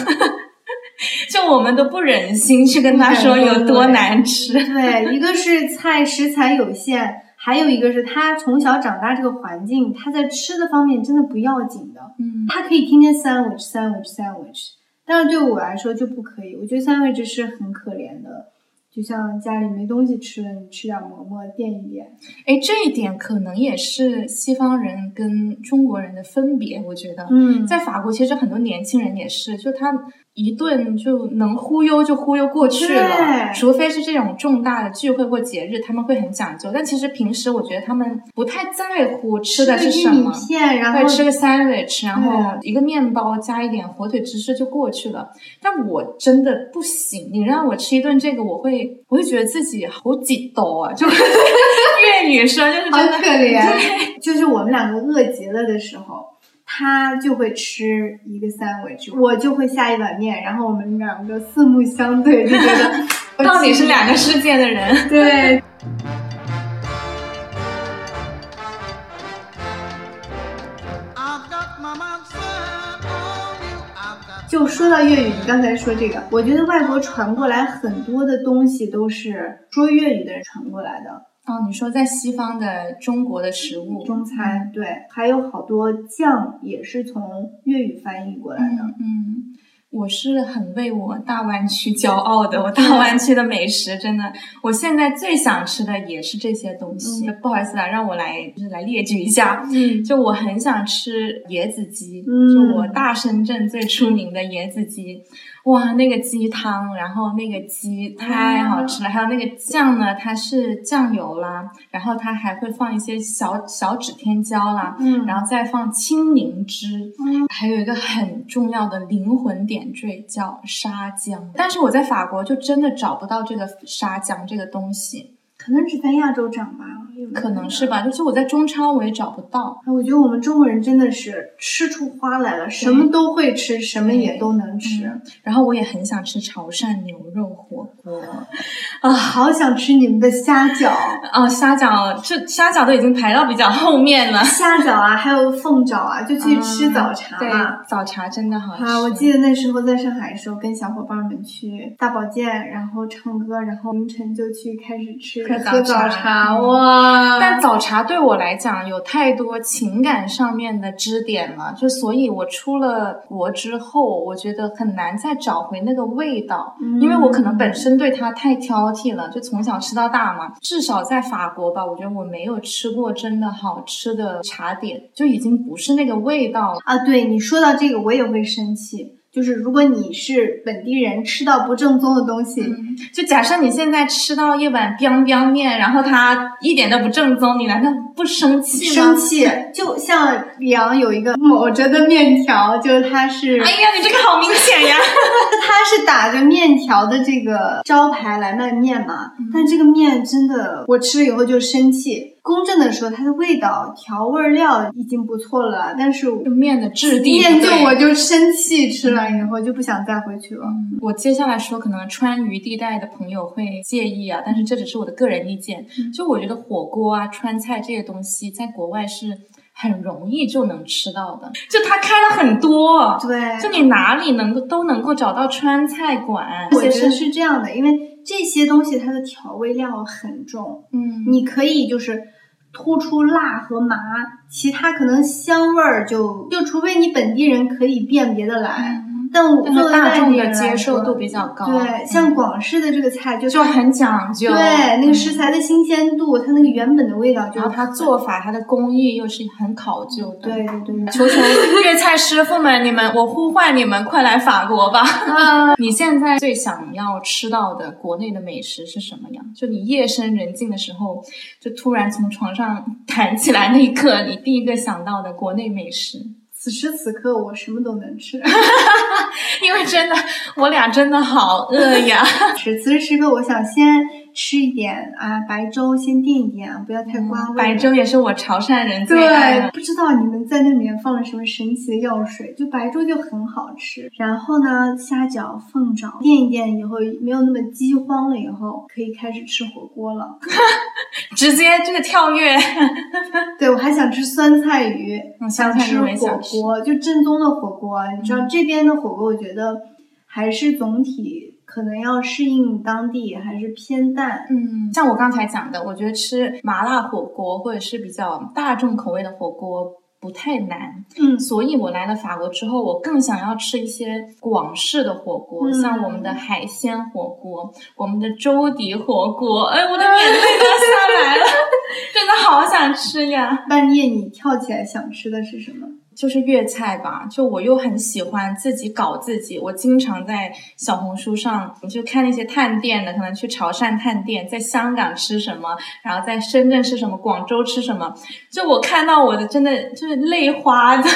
Speaker 1: 就我们都不忍心去跟她说有多难吃。
Speaker 2: 对，一个是菜食材有限，还有一个是他从小长大这个环境，他在吃的方面真的不要紧的。
Speaker 1: 嗯
Speaker 2: 他可以天天 sandwich sandwich sandwich，但是对我来说就不可以。我觉得 sandwich 是很可怜的，就像家里没东西吃了，你吃点馍馍垫一垫。
Speaker 1: 哎，这一点可能也是西方人跟中国人的分别，我觉得。
Speaker 2: 嗯
Speaker 1: 在法国，其实很多年轻人也是，就他一顿就能忽悠就忽悠过去了，
Speaker 2: 对
Speaker 1: 除非是这种重大的聚会或节日，他们会很讲究。但其实平时我觉得他们不太在乎吃的是
Speaker 2: 个
Speaker 1: 什
Speaker 2: 玉米
Speaker 1: 么，
Speaker 2: 片，然
Speaker 1: 对，
Speaker 2: 后嗯
Speaker 1: 吃个 sandwich，然后
Speaker 2: 对
Speaker 1: 一个面包加一点火腿芝士就过去了。但我真的不行，你让我吃一顿这个，我会我会觉得自己好挤痘啊， [LAUGHS] 就粤语说就是
Speaker 2: 好
Speaker 1: 真的
Speaker 2: 可怜。就是我们两个饿极了的时候。他就会吃一个 sandwich，我就会下一碗面，然后我们两个四目相对，就觉
Speaker 1: [LAUGHS]
Speaker 2: 得
Speaker 1: 到底是两个世界的人。
Speaker 2: 对，
Speaker 3: I've got my monster on you. I've got
Speaker 2: 就说到粤语，你刚才说这个，我觉得外国传过来很多的东西都是说粤语的人传过来的，
Speaker 1: 哦，你说在西方的中国的食物，
Speaker 2: 中餐对，还有好多酱也是从粤语翻译过来
Speaker 1: 嗯
Speaker 2: 的。
Speaker 1: 嗯，我是很为我大湾区骄傲的，我大
Speaker 2: [LAUGHS]
Speaker 1: 湾区的美食真的，我现在最想吃的也是这些东西。不好意思啊，让我来就是来列举一下。
Speaker 2: 嗯，
Speaker 1: 就我很想吃椰子鸡，
Speaker 2: 嗯
Speaker 1: 就我大深圳最出名的椰子鸡，哇，那个鸡汤，然后那个鸡
Speaker 2: 啊
Speaker 1: 太好吃了，还有那个酱呢，它是酱油啦，然后它还会放一些小小指天椒啦，
Speaker 2: 嗯
Speaker 1: 然后再放青柠汁，
Speaker 2: 嗯
Speaker 1: 还有一个很重要的灵魂点缀叫沙姜。但是我在法国就真的找不到这个沙姜这个东西，
Speaker 2: 可能只在亚洲长吧，有没有
Speaker 1: 可能是。吧？就是我在中超我也找不到。
Speaker 2: 哎我觉得我们中国人真的是吃出花来了，什么都会吃，什么也都能吃。
Speaker 1: 然后我也很想吃潮汕牛肉火锅
Speaker 2: 啊，好想吃你们的虾
Speaker 1: [LAUGHS]
Speaker 2: 饺。
Speaker 1: 哦，虾饺这虾饺都已经排到比较后面了。
Speaker 2: 虾饺啊，还有凤爪啊，就 [LAUGHS] 去吃早茶嘛、
Speaker 1: 嗯对，早茶真的好吃。
Speaker 2: 啊，我记得那时候在上海的时候，跟小伙伴们去大保健，然后唱歌，然后凌晨就去开始吃
Speaker 1: 喝早
Speaker 2: 喝
Speaker 1: 茶
Speaker 2: 早茶，
Speaker 1: 嗯
Speaker 2: 哇！
Speaker 1: 但早茶对我来讲有太多情感上面的支点了，就所以，我出了国之后，我觉得很难再找回那个味道，
Speaker 2: 嗯
Speaker 1: 因为我可能本身对它太挑剔了，就从小吃到大嘛。至少在法国吧，我觉得我没有吃过真的好吃的茶点，就已经不是那个味道了。
Speaker 2: 啊，对你说到这个，我也会生气。就是如果你是本地人，吃到不正宗的东西，
Speaker 1: 就假设你现在吃到一碗 biang biang 面，然后它一点都不正宗，你难道不生气吗？
Speaker 2: 生气。就像里昂有一个嗯抹着的面条，就是它是、
Speaker 1: 哎呀，你这个好明显
Speaker 2: [LAUGHS]
Speaker 1: 呀！
Speaker 2: 它是打着面条的这个招牌来卖面嘛，
Speaker 1: 嗯
Speaker 2: 但这个面真的，我吃了以后就生气。公正的说，它的味道、调味料已经不错了，但是
Speaker 1: 就面的质地不对，嗯
Speaker 2: 面就我就生气，吃了以后就不想再回去了。
Speaker 1: 我接下来说，可能川渝地带的朋友会介意啊，但是这只是我的个人意见。
Speaker 2: 嗯
Speaker 1: 就我觉得火锅啊、川菜这些东西，在国外是很容易就能吃到的，就它开了很多，
Speaker 2: 对，
Speaker 1: 就你哪里能够都能够找到川菜馆。
Speaker 2: 我
Speaker 1: 而且
Speaker 2: 觉得
Speaker 1: 是，
Speaker 2: 是这样的，因为这些东西它的调味料很重，
Speaker 1: 嗯，
Speaker 2: 你可以就是突出辣和麻，其他可能香味儿就就除非你本地人可以辨别的来。
Speaker 1: 嗯
Speaker 2: 但我
Speaker 1: 但
Speaker 2: 作为
Speaker 1: 是大众
Speaker 2: 外地
Speaker 1: 的
Speaker 2: 人来
Speaker 1: 接受
Speaker 2: 说
Speaker 1: 度比较高，嗯
Speaker 2: 对，像广式的这个菜就
Speaker 1: 就很讲究，
Speaker 2: 对那个
Speaker 1: 嗯
Speaker 2: 食材的新鲜度，它那个原本的味道就
Speaker 1: 然后它做法、它的工艺又是很考究的。
Speaker 2: 对对对，
Speaker 1: 求求粤菜师傅们，你们，我呼唤你们，快来法国吧！
Speaker 2: 啊
Speaker 1: [LAUGHS] 你现在最想要吃到的国内的美食是什么样？就你夜深人静的时候，就突然从床上弹起来那一刻，你第一个想到的国内美食？
Speaker 2: 此时此刻我什么都能吃。 [LAUGHS]
Speaker 1: 因为真的，我俩真的好饿
Speaker 2: [LAUGHS]
Speaker 1: 呀！
Speaker 2: 此此时此刻，我想先吃一点啊白粥，先垫一点，不要太刮胃。
Speaker 1: 嗯白粥也是我潮汕人最爱
Speaker 2: 对，
Speaker 1: 的。
Speaker 2: 不知道你们在那里面放了什么神奇的药水，就白粥就很好吃。然后呢，虾饺、凤爪垫一垫以后，没有那么饥荒了以后，可以开始吃火锅了。 [LAUGHS]
Speaker 1: 直接这个跳跃，
Speaker 2: 对我还想吃酸菜鱼，
Speaker 1: 嗯酸菜鱼
Speaker 2: 吃
Speaker 1: 我也
Speaker 2: 火
Speaker 1: 想吃嗯
Speaker 2: 锅，就正宗的火锅。你知道这边的火锅，我觉得还是总体可能要适应当地，还是偏淡。
Speaker 1: 嗯，像我刚才讲的，我觉得吃麻辣火锅或者是比较大众口味的火锅不太难，
Speaker 2: 嗯
Speaker 1: 所以我来了法国之后，我更想要吃一些广式的火锅，
Speaker 2: 嗯
Speaker 1: 像我们的海鲜火锅、我们的粥底火锅，哎，我的眼泪都要下来了， [LAUGHS] 真的好想吃呀！
Speaker 2: 半夜你跳起来想吃的是什么？
Speaker 1: 就是粤菜吧，就我又很喜欢自己搞自己，我经常在小红书上我就看那些探店的，可能去潮汕探店，在香港吃什么，然后在深圳吃什么，广州吃什么，就我看到我的真的就是泪花的， [LAUGHS]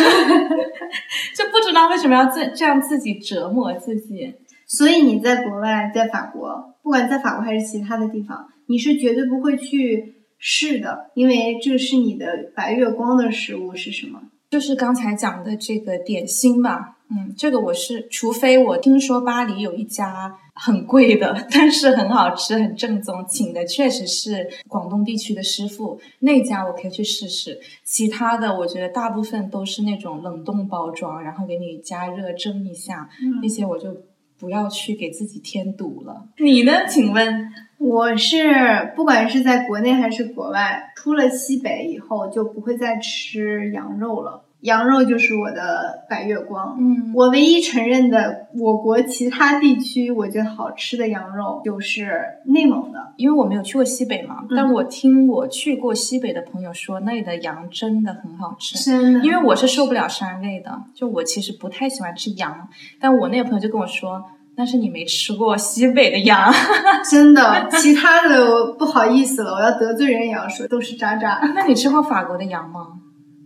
Speaker 1: 就不知道为什么要这这样自己折磨自己。
Speaker 2: 所以你在国外，在法国，不管在法国还是其他的地方，你是绝对不会去试的，因为这是你的白月光的食物是什么？
Speaker 1: 就是刚才讲的这个点心吧，嗯，这个我是，除非我听说巴黎有一家很贵的，但是很好吃、很正宗，请的确实是广东地区的师傅，那家我可以去试试。其他的，我觉得大部分都是那种冷冻包装，然后给你加热蒸一下，那些我就不要去给自己添堵了。你呢？请问，
Speaker 2: 我是不管是在国内还是国外，出了西北以后就不会再吃羊肉了，羊肉就是我的白月光。
Speaker 1: 嗯
Speaker 2: 我唯一承认的我国其他地区我觉得好吃的羊肉就是内蒙的，
Speaker 1: 因为我没有去过西北嘛，
Speaker 2: 嗯
Speaker 1: 但我听我去过西北的朋友说，那里的羊真的很好吃。
Speaker 2: 真的，
Speaker 1: 因为我是受不了膻味的，就我其实不太喜欢吃羊，但我那个朋友就跟我说，但是你没吃过西北的羊， [LAUGHS]
Speaker 2: 真的，其他的我不好意思了，我要得罪人也要说都是渣渣。
Speaker 1: 那你吃过法国的羊吗？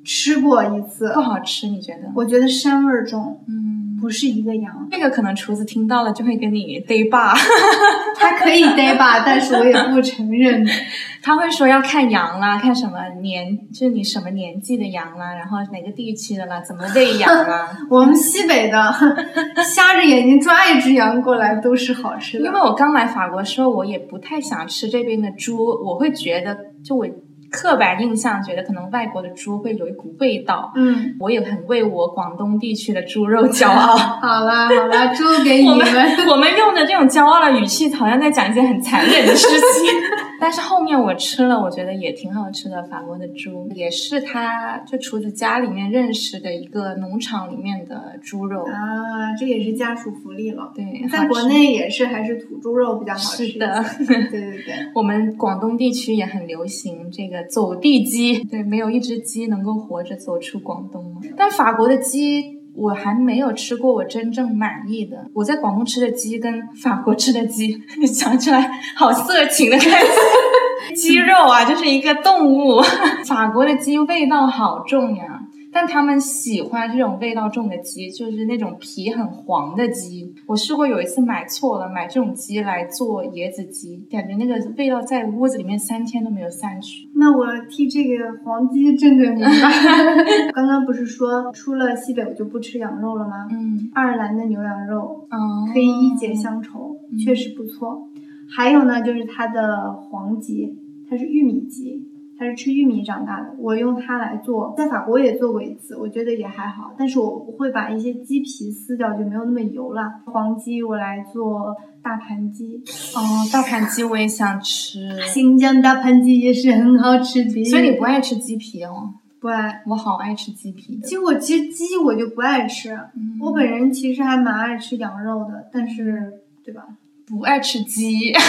Speaker 2: 吃过一次
Speaker 1: 不，好吃，你觉得？
Speaker 2: 我觉得膻味儿重，
Speaker 1: 嗯，
Speaker 2: 不是一个羊。
Speaker 1: 这个可能厨子听到了就会跟你 day 吧，
Speaker 2: 它可以 d 吧，但是我也不承认。
Speaker 1: [LAUGHS] 他会说要看羊啦，看什么年，就是你什么年纪的羊啦，然后哪个地区的啦，怎么喂养
Speaker 2: [LAUGHS]
Speaker 1: 啦。
Speaker 2: 我们西北的，瞎着眼睛抓一只羊过来都是好吃
Speaker 1: 因为
Speaker 2: 的。
Speaker 1: 我刚来法国的时候，我也不太想吃这边的猪，我会觉得就我刻板印象觉得可能外国的猪会有一股味道，
Speaker 2: 嗯，
Speaker 1: 我也很为我广东地区的猪肉骄傲。 [LAUGHS]
Speaker 2: 好啦好啦，猪给你
Speaker 1: 我 [LAUGHS]
Speaker 2: 们。
Speaker 1: 们我们用的这种骄傲的语气，好像在讲一件很残忍的事情。 [LAUGHS] 但是后面我吃了，我觉得也挺好吃的。法国的猪也是他就厨子家里面认识的一个农场里面的猪肉，
Speaker 2: 啊，这也是家属福利了。
Speaker 1: 对，
Speaker 2: 在国
Speaker 1: 好吃。
Speaker 2: 内也是还是土猪肉比较好吃一些。
Speaker 1: 是的
Speaker 2: 对对对。
Speaker 1: 我们广东地区也很流行这个走地鸡，对，没有一只鸡能够活着走出广东。但法国的鸡我还没有吃过我真正满意的。我在广东吃的鸡跟法国吃的鸡， [LAUGHS] 想起来好色情的感觉。鸡肉啊，就是一个动物。法国的鸡味道好重呀，但他们喜欢这种味道重的鸡，就是那种皮很黄的鸡。我试过有一次买错了，买这种鸡来做椰子鸡，感觉那个味道在屋子里面三天都没有散去。
Speaker 2: 那我替这个黄鸡正正
Speaker 1: [LAUGHS]
Speaker 2: 名吧。刚刚不是说出了西北我就不吃羊肉了吗？
Speaker 1: 嗯，
Speaker 2: 爱尔兰的牛羊肉
Speaker 1: 哦
Speaker 2: 可以一解乡愁，
Speaker 1: 嗯
Speaker 2: 确实不错。还有呢，就是它的黄鸡，它是玉米鸡，它是吃玉米长大的。我用它来做，在法国也做过一次，我觉得也还好。但是我会把一些鸡皮撕掉，就没有那么油了。黄鸡我来做大盘鸡，
Speaker 1: 哦，大盘鸡我也想吃，
Speaker 2: 新疆大盘鸡也是很好吃的。
Speaker 1: 所以你不爱吃鸡皮哦？
Speaker 2: 不爱。
Speaker 1: 我好爱吃鸡皮的
Speaker 2: 其。实我其实鸡我就不爱吃，
Speaker 1: 嗯
Speaker 2: 我本人其实还蛮爱吃羊肉的，但是对吧？
Speaker 1: 不爱吃鸡
Speaker 2: 鸡哎，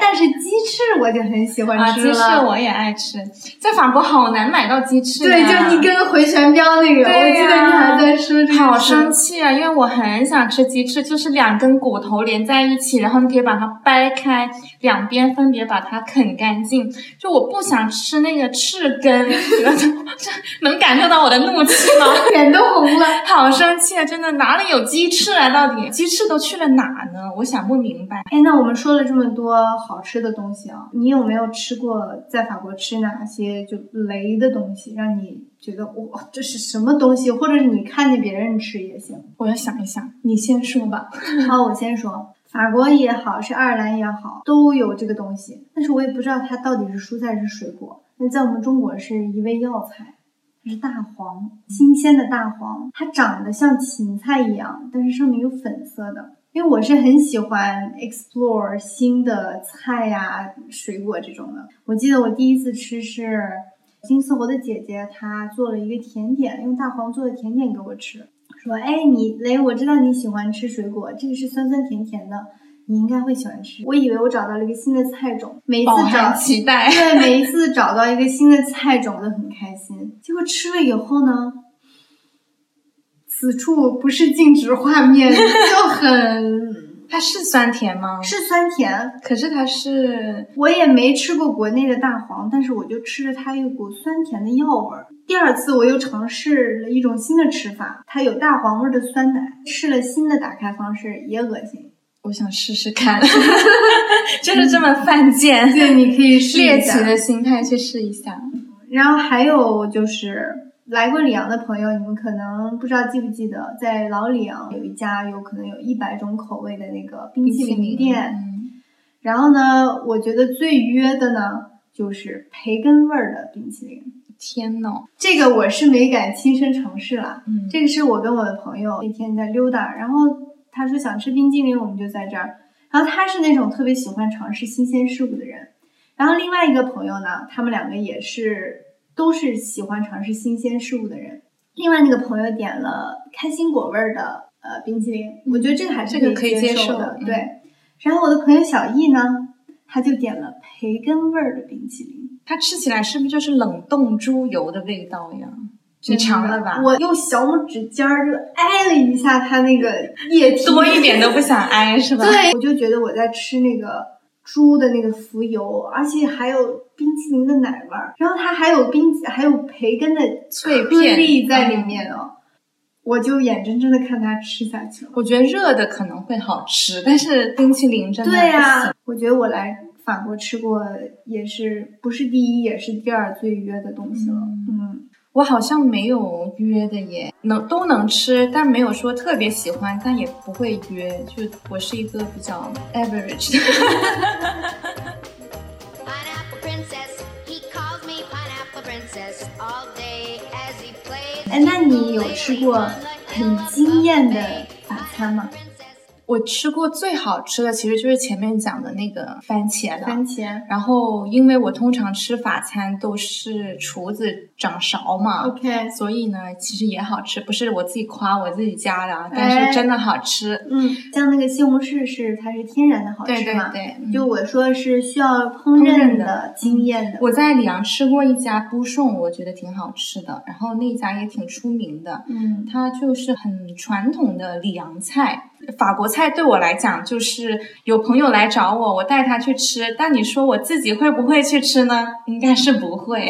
Speaker 2: 但是鸡翅我就很
Speaker 1: [LAUGHS]
Speaker 2: 喜
Speaker 1: 啊，
Speaker 2: 欢
Speaker 1: 鸡
Speaker 2: 吃了。
Speaker 1: 翅我也爱吃，在法国好难买到鸡翅、啊。
Speaker 2: 对，就是你跟回旋镖那个，我
Speaker 1: 对
Speaker 2: 记
Speaker 1: 呀
Speaker 2: 得你还在说这个事。
Speaker 1: 好生气啊！因为我很想吃鸡翅，就是两根骨头连在一起，然后你可以把它掰开，两边分别把它啃干净。就我不想吃那个翅根， [LAUGHS] 这能感受到我的怒气吗？ [LAUGHS]
Speaker 2: 脸都红了。
Speaker 1: 好生气啊！真的，哪里有鸡翅啊？到底鸡翅都去了哪呢？我想不明白。
Speaker 2: 哎，那我们说了这么多好吃的东西啊，你有没有吃过在法国吃哪些就雷的东西，让你觉得哇、这是什么东西？或者是你看见别人吃也行。
Speaker 1: 我要想一想，你先说吧。
Speaker 2: 好，我先说，法国也好，是爱尔兰也好，都有这个东西，但是我也不知道它到底是蔬菜还是水果。那在我们中国是一味药材，它是大黄，新鲜的大黄，它长得像芹菜一样，但是上面有粉色的。因为我是很喜欢 explore 新的菜呀、水果这种的。我记得我第一次吃是金丝猴的姐姐，她做了一个甜点，用大黄做的甜点给我吃。说，哎，你雷，我知道你喜欢吃水果，这个是酸酸甜甜的，你应该会喜欢吃。我以为我找到了一个新的菜种，每一次
Speaker 1: 饱
Speaker 2: 找
Speaker 1: 含期待。 [LAUGHS]
Speaker 2: 对，每一次找到一个新的菜种都很开心。结果吃了以后呢，此处不是静止画面，就
Speaker 1: [LAUGHS]
Speaker 2: 很
Speaker 1: 它是酸甜吗？
Speaker 2: 是酸甜。
Speaker 1: 可是它是
Speaker 2: 我也没吃过国内的大黄，但是我就吃着它一股酸甜的药味儿。第二次我又尝试了一种新的吃法，它有大黄味儿的酸奶，试了新的打开方式，也恶心。
Speaker 1: 我想试试看， [LAUGHS] 就是这么犯贱。
Speaker 2: 对，你可以试
Speaker 1: 猎
Speaker 2: 一
Speaker 1: 奇
Speaker 2: 下。
Speaker 1: 的心态去试一下。
Speaker 2: 然后还有就是来过里昂的朋友，你们可能不知道记不记得，在老里昂有一家有可能有一百种口味的那个冰淇淋店。
Speaker 1: 嗯
Speaker 2: 然后呢，我觉得最约的呢就是培根味儿的冰淇淋，
Speaker 1: 天呐，
Speaker 2: 这个我是没敢亲身尝试啦。
Speaker 1: 嗯
Speaker 2: 这个是我跟我的朋友那天在溜达，然后他说想吃冰激凌，我们就在这儿。然后他是那种特别喜欢尝试新鲜事物的人，然后另外一个朋友呢，他们两个也是都是喜欢尝试新鲜事物的人。另外那个朋友点了开心果味儿的呃冰淇淋，我觉得这个还是
Speaker 1: 这个可以接
Speaker 2: 接
Speaker 1: 受
Speaker 2: 的，
Speaker 1: 嗯
Speaker 2: 对。然后我的朋友小易呢，他就点了培根味儿的冰淇淋。
Speaker 1: 它吃起来是不是就是冷冻猪油的味道呀？
Speaker 2: 真
Speaker 1: 你
Speaker 2: 的
Speaker 1: 尝了吧？
Speaker 2: 我用小拇指尖儿就挨了一下它那个液体，
Speaker 1: 多一点都不想挨是吧？
Speaker 2: 对，我就觉得我在吃那个猪的那个浮油，而且还有冰淇淋的奶味儿，然后它还有冰淇还有培根的
Speaker 1: 脆
Speaker 2: 颗
Speaker 1: 片
Speaker 2: 粒在里
Speaker 1: 嗯
Speaker 2: 面哦。我就眼睁睁的看它吃下去了。
Speaker 1: 我觉得热的可能会好吃，但是冰淇淋真的
Speaker 2: 对呀、
Speaker 1: 不行
Speaker 2: 我觉得我来法国吃过也是不是第一也是第二最约的东西了。嗯，
Speaker 1: 我好像没有约的耶，能都能吃，但没有说特别喜欢，但也不会约。就我是一个比较 average 的。
Speaker 4: Pineapple princess, he calls me pineapple princess all day as he plays.
Speaker 2: 哎，那你有吃过很惊艳的法餐吗？
Speaker 1: 我吃过最好吃的其实就是前面讲的那个番茄了，
Speaker 2: 番茄
Speaker 1: 然后，因为我通常吃法餐都是厨子掌勺嘛
Speaker 2: ，OK，
Speaker 1: 所以呢，其实也好吃，不是我自己夸我自己家的啊，但是真的好吃。
Speaker 2: 嗯，像那个西红柿是它是天然的好吃嘛，
Speaker 1: 对对对，嗯
Speaker 2: 就我说是需要烹
Speaker 1: 饪
Speaker 2: 饪
Speaker 1: 的嗯
Speaker 2: 的经验的。
Speaker 1: 我在里昂吃过一家布送，我觉得挺好吃的，然后那家也挺出名的。
Speaker 2: 嗯，
Speaker 1: 它就是很传统的里昂菜，法国菜对我来讲就是有朋友来找我，我带他去吃。但你说我自己会不会去吃呢？应该是不会。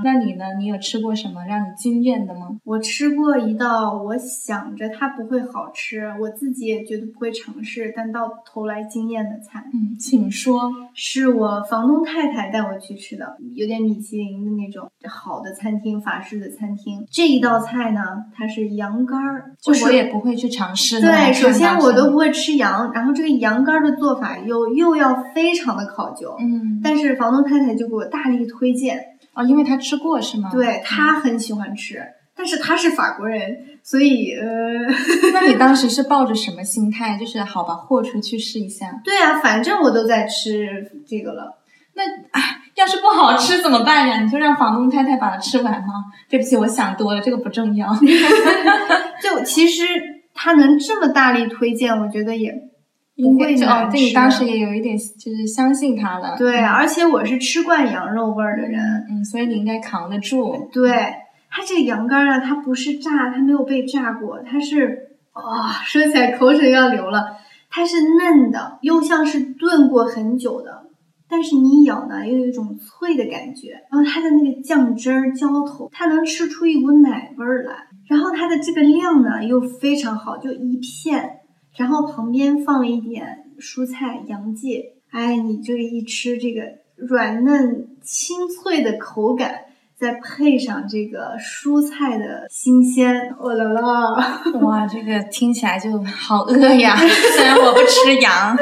Speaker 1: [LAUGHS] 那你呢？你有吃过什么让你惊艳的吗？
Speaker 2: 我吃过一道，我想着它不会好吃，我自己也觉得不会尝试，但到头来惊艳的菜，
Speaker 1: 嗯，请说。
Speaker 2: 是我房东太太带我去吃的，有点米其林的那种好的餐厅，法式的餐厅。这一道菜呢，它是羊肝儿，
Speaker 1: 就
Speaker 2: 就是
Speaker 1: 我也不会去尝试那种看
Speaker 2: 对，
Speaker 1: 法是吗。
Speaker 2: 首先我都不会吃羊，然后这个羊肝儿的做法又又要非常的考究，
Speaker 1: 嗯，
Speaker 2: 但是房东太太就给我大力推荐。
Speaker 1: 哦，因为他吃过是吗？。
Speaker 2: 对他很喜欢吃，但是他是法国人，所以呃， [LAUGHS]
Speaker 1: 那你当时是抱着什么心态？就是好吧，豁出去试一下。
Speaker 2: 对啊，反正我都在吃这个了。
Speaker 1: 那哎，要是不好吃怎么办呀？你就让房东太太把它吃完吗？对不起，我想多了，这个不重要。
Speaker 2: 就其实他能这么大力推荐，我觉得也不
Speaker 1: [LAUGHS] 应
Speaker 2: 会
Speaker 1: 该就哦
Speaker 2: 难，吃。
Speaker 1: 对你当时也有一点就是相信他了，
Speaker 2: 对，啊而且我是吃惯羊肉味儿的人，
Speaker 1: 嗯，所以你应该扛得住。
Speaker 2: 对它这个羊肝啊，它不是炸，它没有被炸过，它是哇、说起来口水要流了。它是嫩的，又像是炖过很久的，但是你一咬呢，又有一种脆的感觉。然后它的那个酱汁儿、浇头，它能吃出一股奶味儿来。然后它的这个量呢又非常好，就一片，然后旁边放了一点蔬菜、洋芥。哎，你这个一吃，这个软嫩清脆的口感，再配上这个蔬菜的新鲜，哦啦啦！
Speaker 1: [LAUGHS] 哇，这个听起来就好饿呀！ [LAUGHS] 虽然我不吃羊。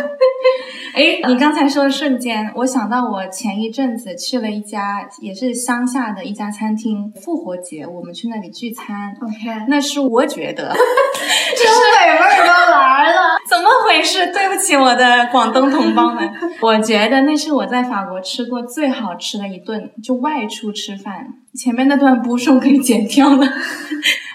Speaker 1: 哎，你刚才说的瞬间，我想到我前一阵子去了一家也是乡下的一家餐厅，复活节我们去那里聚餐，
Speaker 2: OK，
Speaker 1: 那是我觉得 [LAUGHS]
Speaker 2: 东北味儿都来了。
Speaker 1: 怎么回事？对不起，我的广东同胞们，我觉得那是我在法国吃过最好吃的一顿，就外出吃饭。前面那段播送可以剪掉了。 [LAUGHS]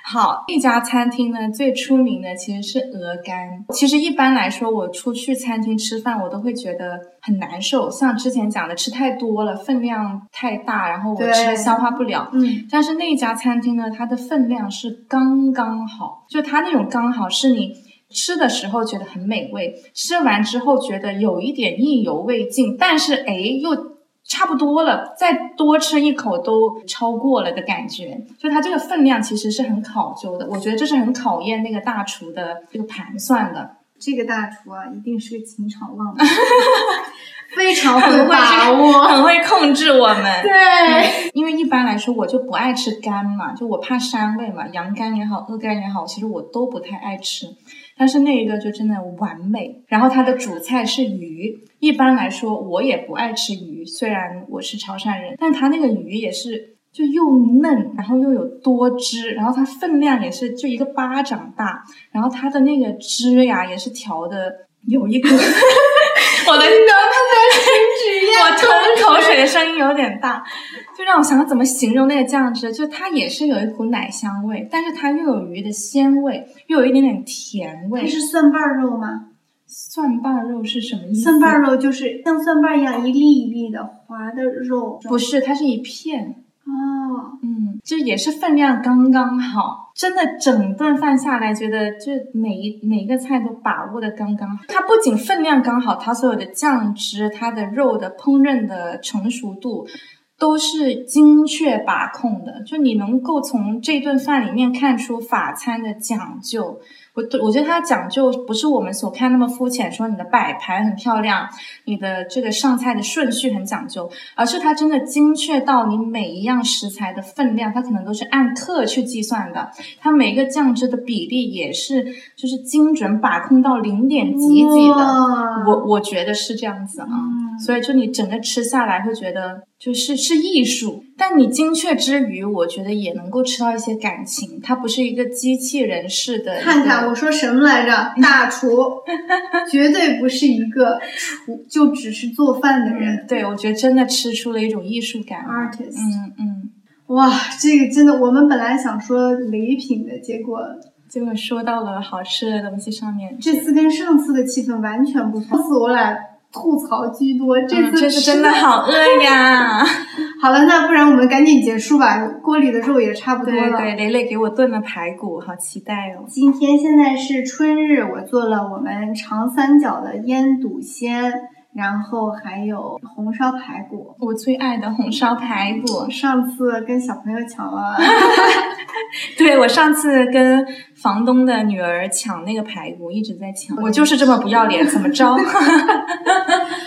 Speaker 1: 好，这家餐厅呢，最出名的其实是鹅肝。其实一般来说，我出去餐厅吃饭，我都会觉得很难受。像之前讲的，吃太多了，分量太大，然后我吃
Speaker 2: 对
Speaker 1: 了消化不了。
Speaker 2: 嗯，
Speaker 1: 但是那家餐厅呢，它的分量是刚刚好，就它那种刚好是你吃的时候觉得很美味，吃完之后觉得有一点意犹未尽，但是哎又。差不多了，再多吃一口都超过了的感觉，就它这个分量其实是很考究的，我觉得这是很考验那个大厨的这个盘算的。
Speaker 2: 这个大厨啊，一定是个情场
Speaker 1: [LAUGHS]
Speaker 2: 浪子，非常
Speaker 1: 很
Speaker 2: 会
Speaker 1: 会
Speaker 2: 把握。嗯
Speaker 1: 很会控制我
Speaker 2: [LAUGHS]
Speaker 1: 们。
Speaker 2: 对，
Speaker 1: 因为一般来说我就不爱吃肝嘛，就我怕膻味嘛，羊肝也好，鹅肝也好，其实我都不太爱吃。但是那一个就真的完美，然后它的主菜是鱼。一般来说我也不爱吃鱼，虽然我是潮汕人，但它那个鱼也是就又嫩，然后又有多汁，然后它分量也是就一个巴掌大，然后它的那个汁呀也是调的有
Speaker 2: [LAUGHS]
Speaker 1: 一股，我的 [LAUGHS] 我吞口水的声音有点大，就让我想到怎么形容那个酱汁，就它也是有一股奶香味，但是它又有鱼的鲜味，又有一点点甜
Speaker 2: 它
Speaker 1: 味。
Speaker 2: 是蒜瓣肉吗？
Speaker 1: 蒜瓣肉是什么意思？
Speaker 2: 蒜瓣肉就是像蒜瓣一样一粒一粒的滑的肉。
Speaker 1: 不是，它是一片，
Speaker 2: 哦，
Speaker 1: 嗯，就也是分量刚刚好。真的，整顿饭下来，觉得就每一每一个菜都把握的刚刚好。它不仅分量刚好，它所有的酱汁、它的肉的烹饪的成熟度，都是精确把控的，就你能够从这顿饭里面看出法餐的讲究。我我觉得它讲究不是我们所看那么肤浅，说你的摆盘很漂亮，你的这个上菜的顺序很讲究，而是它真的精确到你每一样食材的分量，它可能都是按克去计算的，它每个酱汁的比例也是就是精准把控到零点几几的。
Speaker 2: 哇
Speaker 1: 我我觉得是这样子啊。
Speaker 2: 嗯
Speaker 1: 所以就你整个吃下来会觉得就是是艺术，但你精确之余，我觉得也能够吃到一些感情。它不是一个机器人式的一个，
Speaker 2: 看看我说什么
Speaker 1: [LAUGHS]
Speaker 2: 来着？大厨绝对不是一个厨，就只是做饭的人。
Speaker 1: 嗯，对我觉得真的吃出了一种艺术感。
Speaker 2: Artist
Speaker 1: 嗯嗯，
Speaker 2: 哇，这个真的，我们本来想说礼品的，结果
Speaker 1: 结果说到了好吃的东西上面，
Speaker 2: 这次跟上次的气氛完全不同。上次我俩吐槽居多，这
Speaker 1: 嗯
Speaker 2: 次、
Speaker 1: 这次真的。好饿呀！
Speaker 2: [LAUGHS] 好了，那不然我们赶紧结束吧，锅里的肉也差不多
Speaker 1: 对
Speaker 2: 了。
Speaker 1: 对，蕾蕾给我炖了排骨，好期待哦。
Speaker 2: 今天现在是春日，我做了我们长三角的腌笃鲜，然后还有红烧排骨。
Speaker 1: 我最爱的红烧排骨
Speaker 2: 我，上次跟小朋友抢
Speaker 1: [LAUGHS]
Speaker 2: 了，
Speaker 1: 对我上次跟房东的女儿抢那个排骨，一直在抢，我就是这么不要
Speaker 2: [LAUGHS]
Speaker 1: 脸，怎么着？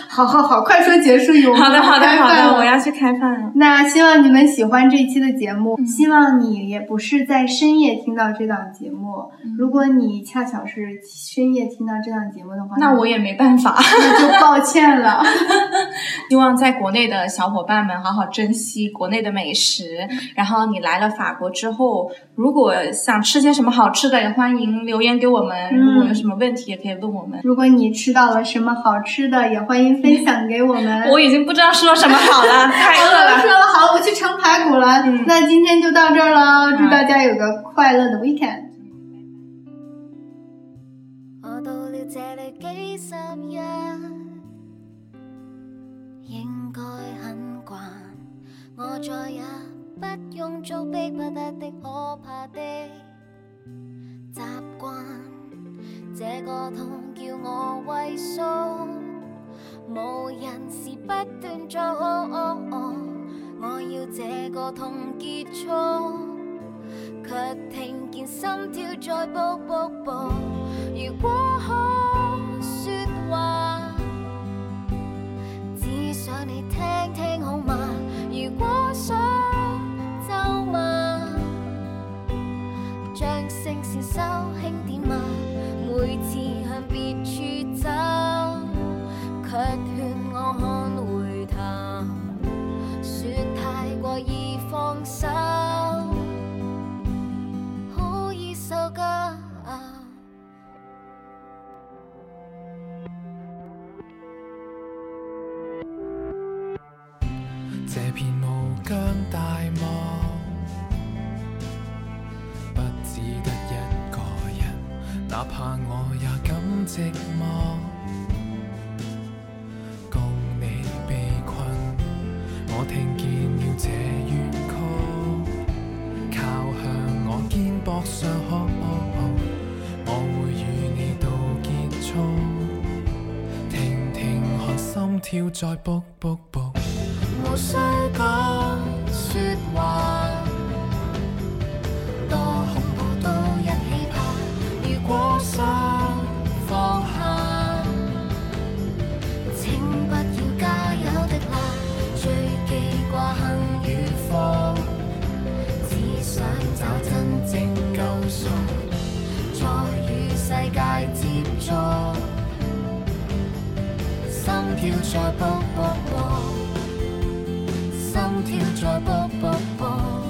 Speaker 2: 好好好，快说结束语。我
Speaker 1: [LAUGHS]
Speaker 2: 们
Speaker 1: 好的，好的，
Speaker 2: 该
Speaker 1: 好
Speaker 2: 饭了
Speaker 1: 的，我要去开饭了。
Speaker 2: 那希望你们喜欢这一期的节目，
Speaker 1: 嗯
Speaker 2: 希望你也不是在深夜听到这档节目。
Speaker 1: 嗯
Speaker 2: 如果你恰巧是深夜听到这档节目的话，
Speaker 1: 那我也没办法， [LAUGHS]
Speaker 2: 那就抱歉了。 [LAUGHS]
Speaker 1: 希望在国内的小伙伴们好好珍惜国内的美食。然后你来了法国之后，如果想吃些什么好吃的，也欢迎留言给我们。
Speaker 2: 嗯
Speaker 1: 如果有什么问题，也可以问我们。
Speaker 2: 如果你吃到了什么好吃的，也欢迎分分享给我们。
Speaker 1: [LAUGHS] 我已经不知道说什么好
Speaker 2: [LAUGHS]
Speaker 1: 了，太饿
Speaker 2: 好
Speaker 1: 了。
Speaker 2: 了，好，我去盛排骨了。
Speaker 1: 嗯
Speaker 2: 那今天就到这儿了，祝大家有个快乐的 weekend。
Speaker 5: 我到了這裏幾十日，應該很慣。我再也不用做逼不得的可怕的習慣。這個痛叫我畏縮，無人時不斷在哦哦哦，我要這個痛結束。卻聽見心跳在卜卜卜。如果可說話，只想你聽聽好嗎？如果想咒罵，將聲線收輕點嗎？每次向別處走，卻勸我看回頭，說太過易放手。好易受啊夠。
Speaker 3: 這片無疆大漠，不只得一個人，哪怕我也感寂寞。共你被困，我聽見了這怨曲，靠向我肩膊上，我會與你到結束。聽聽看心跳在卜卜卜。
Speaker 5: 無需講説話，多恐怖都一起怕。如果想放下，請不要加油的辣，最記掛恨與放，只想找真正救贖，再與世界接觸，心跳在卜卜卜。心跳在卜卜卜。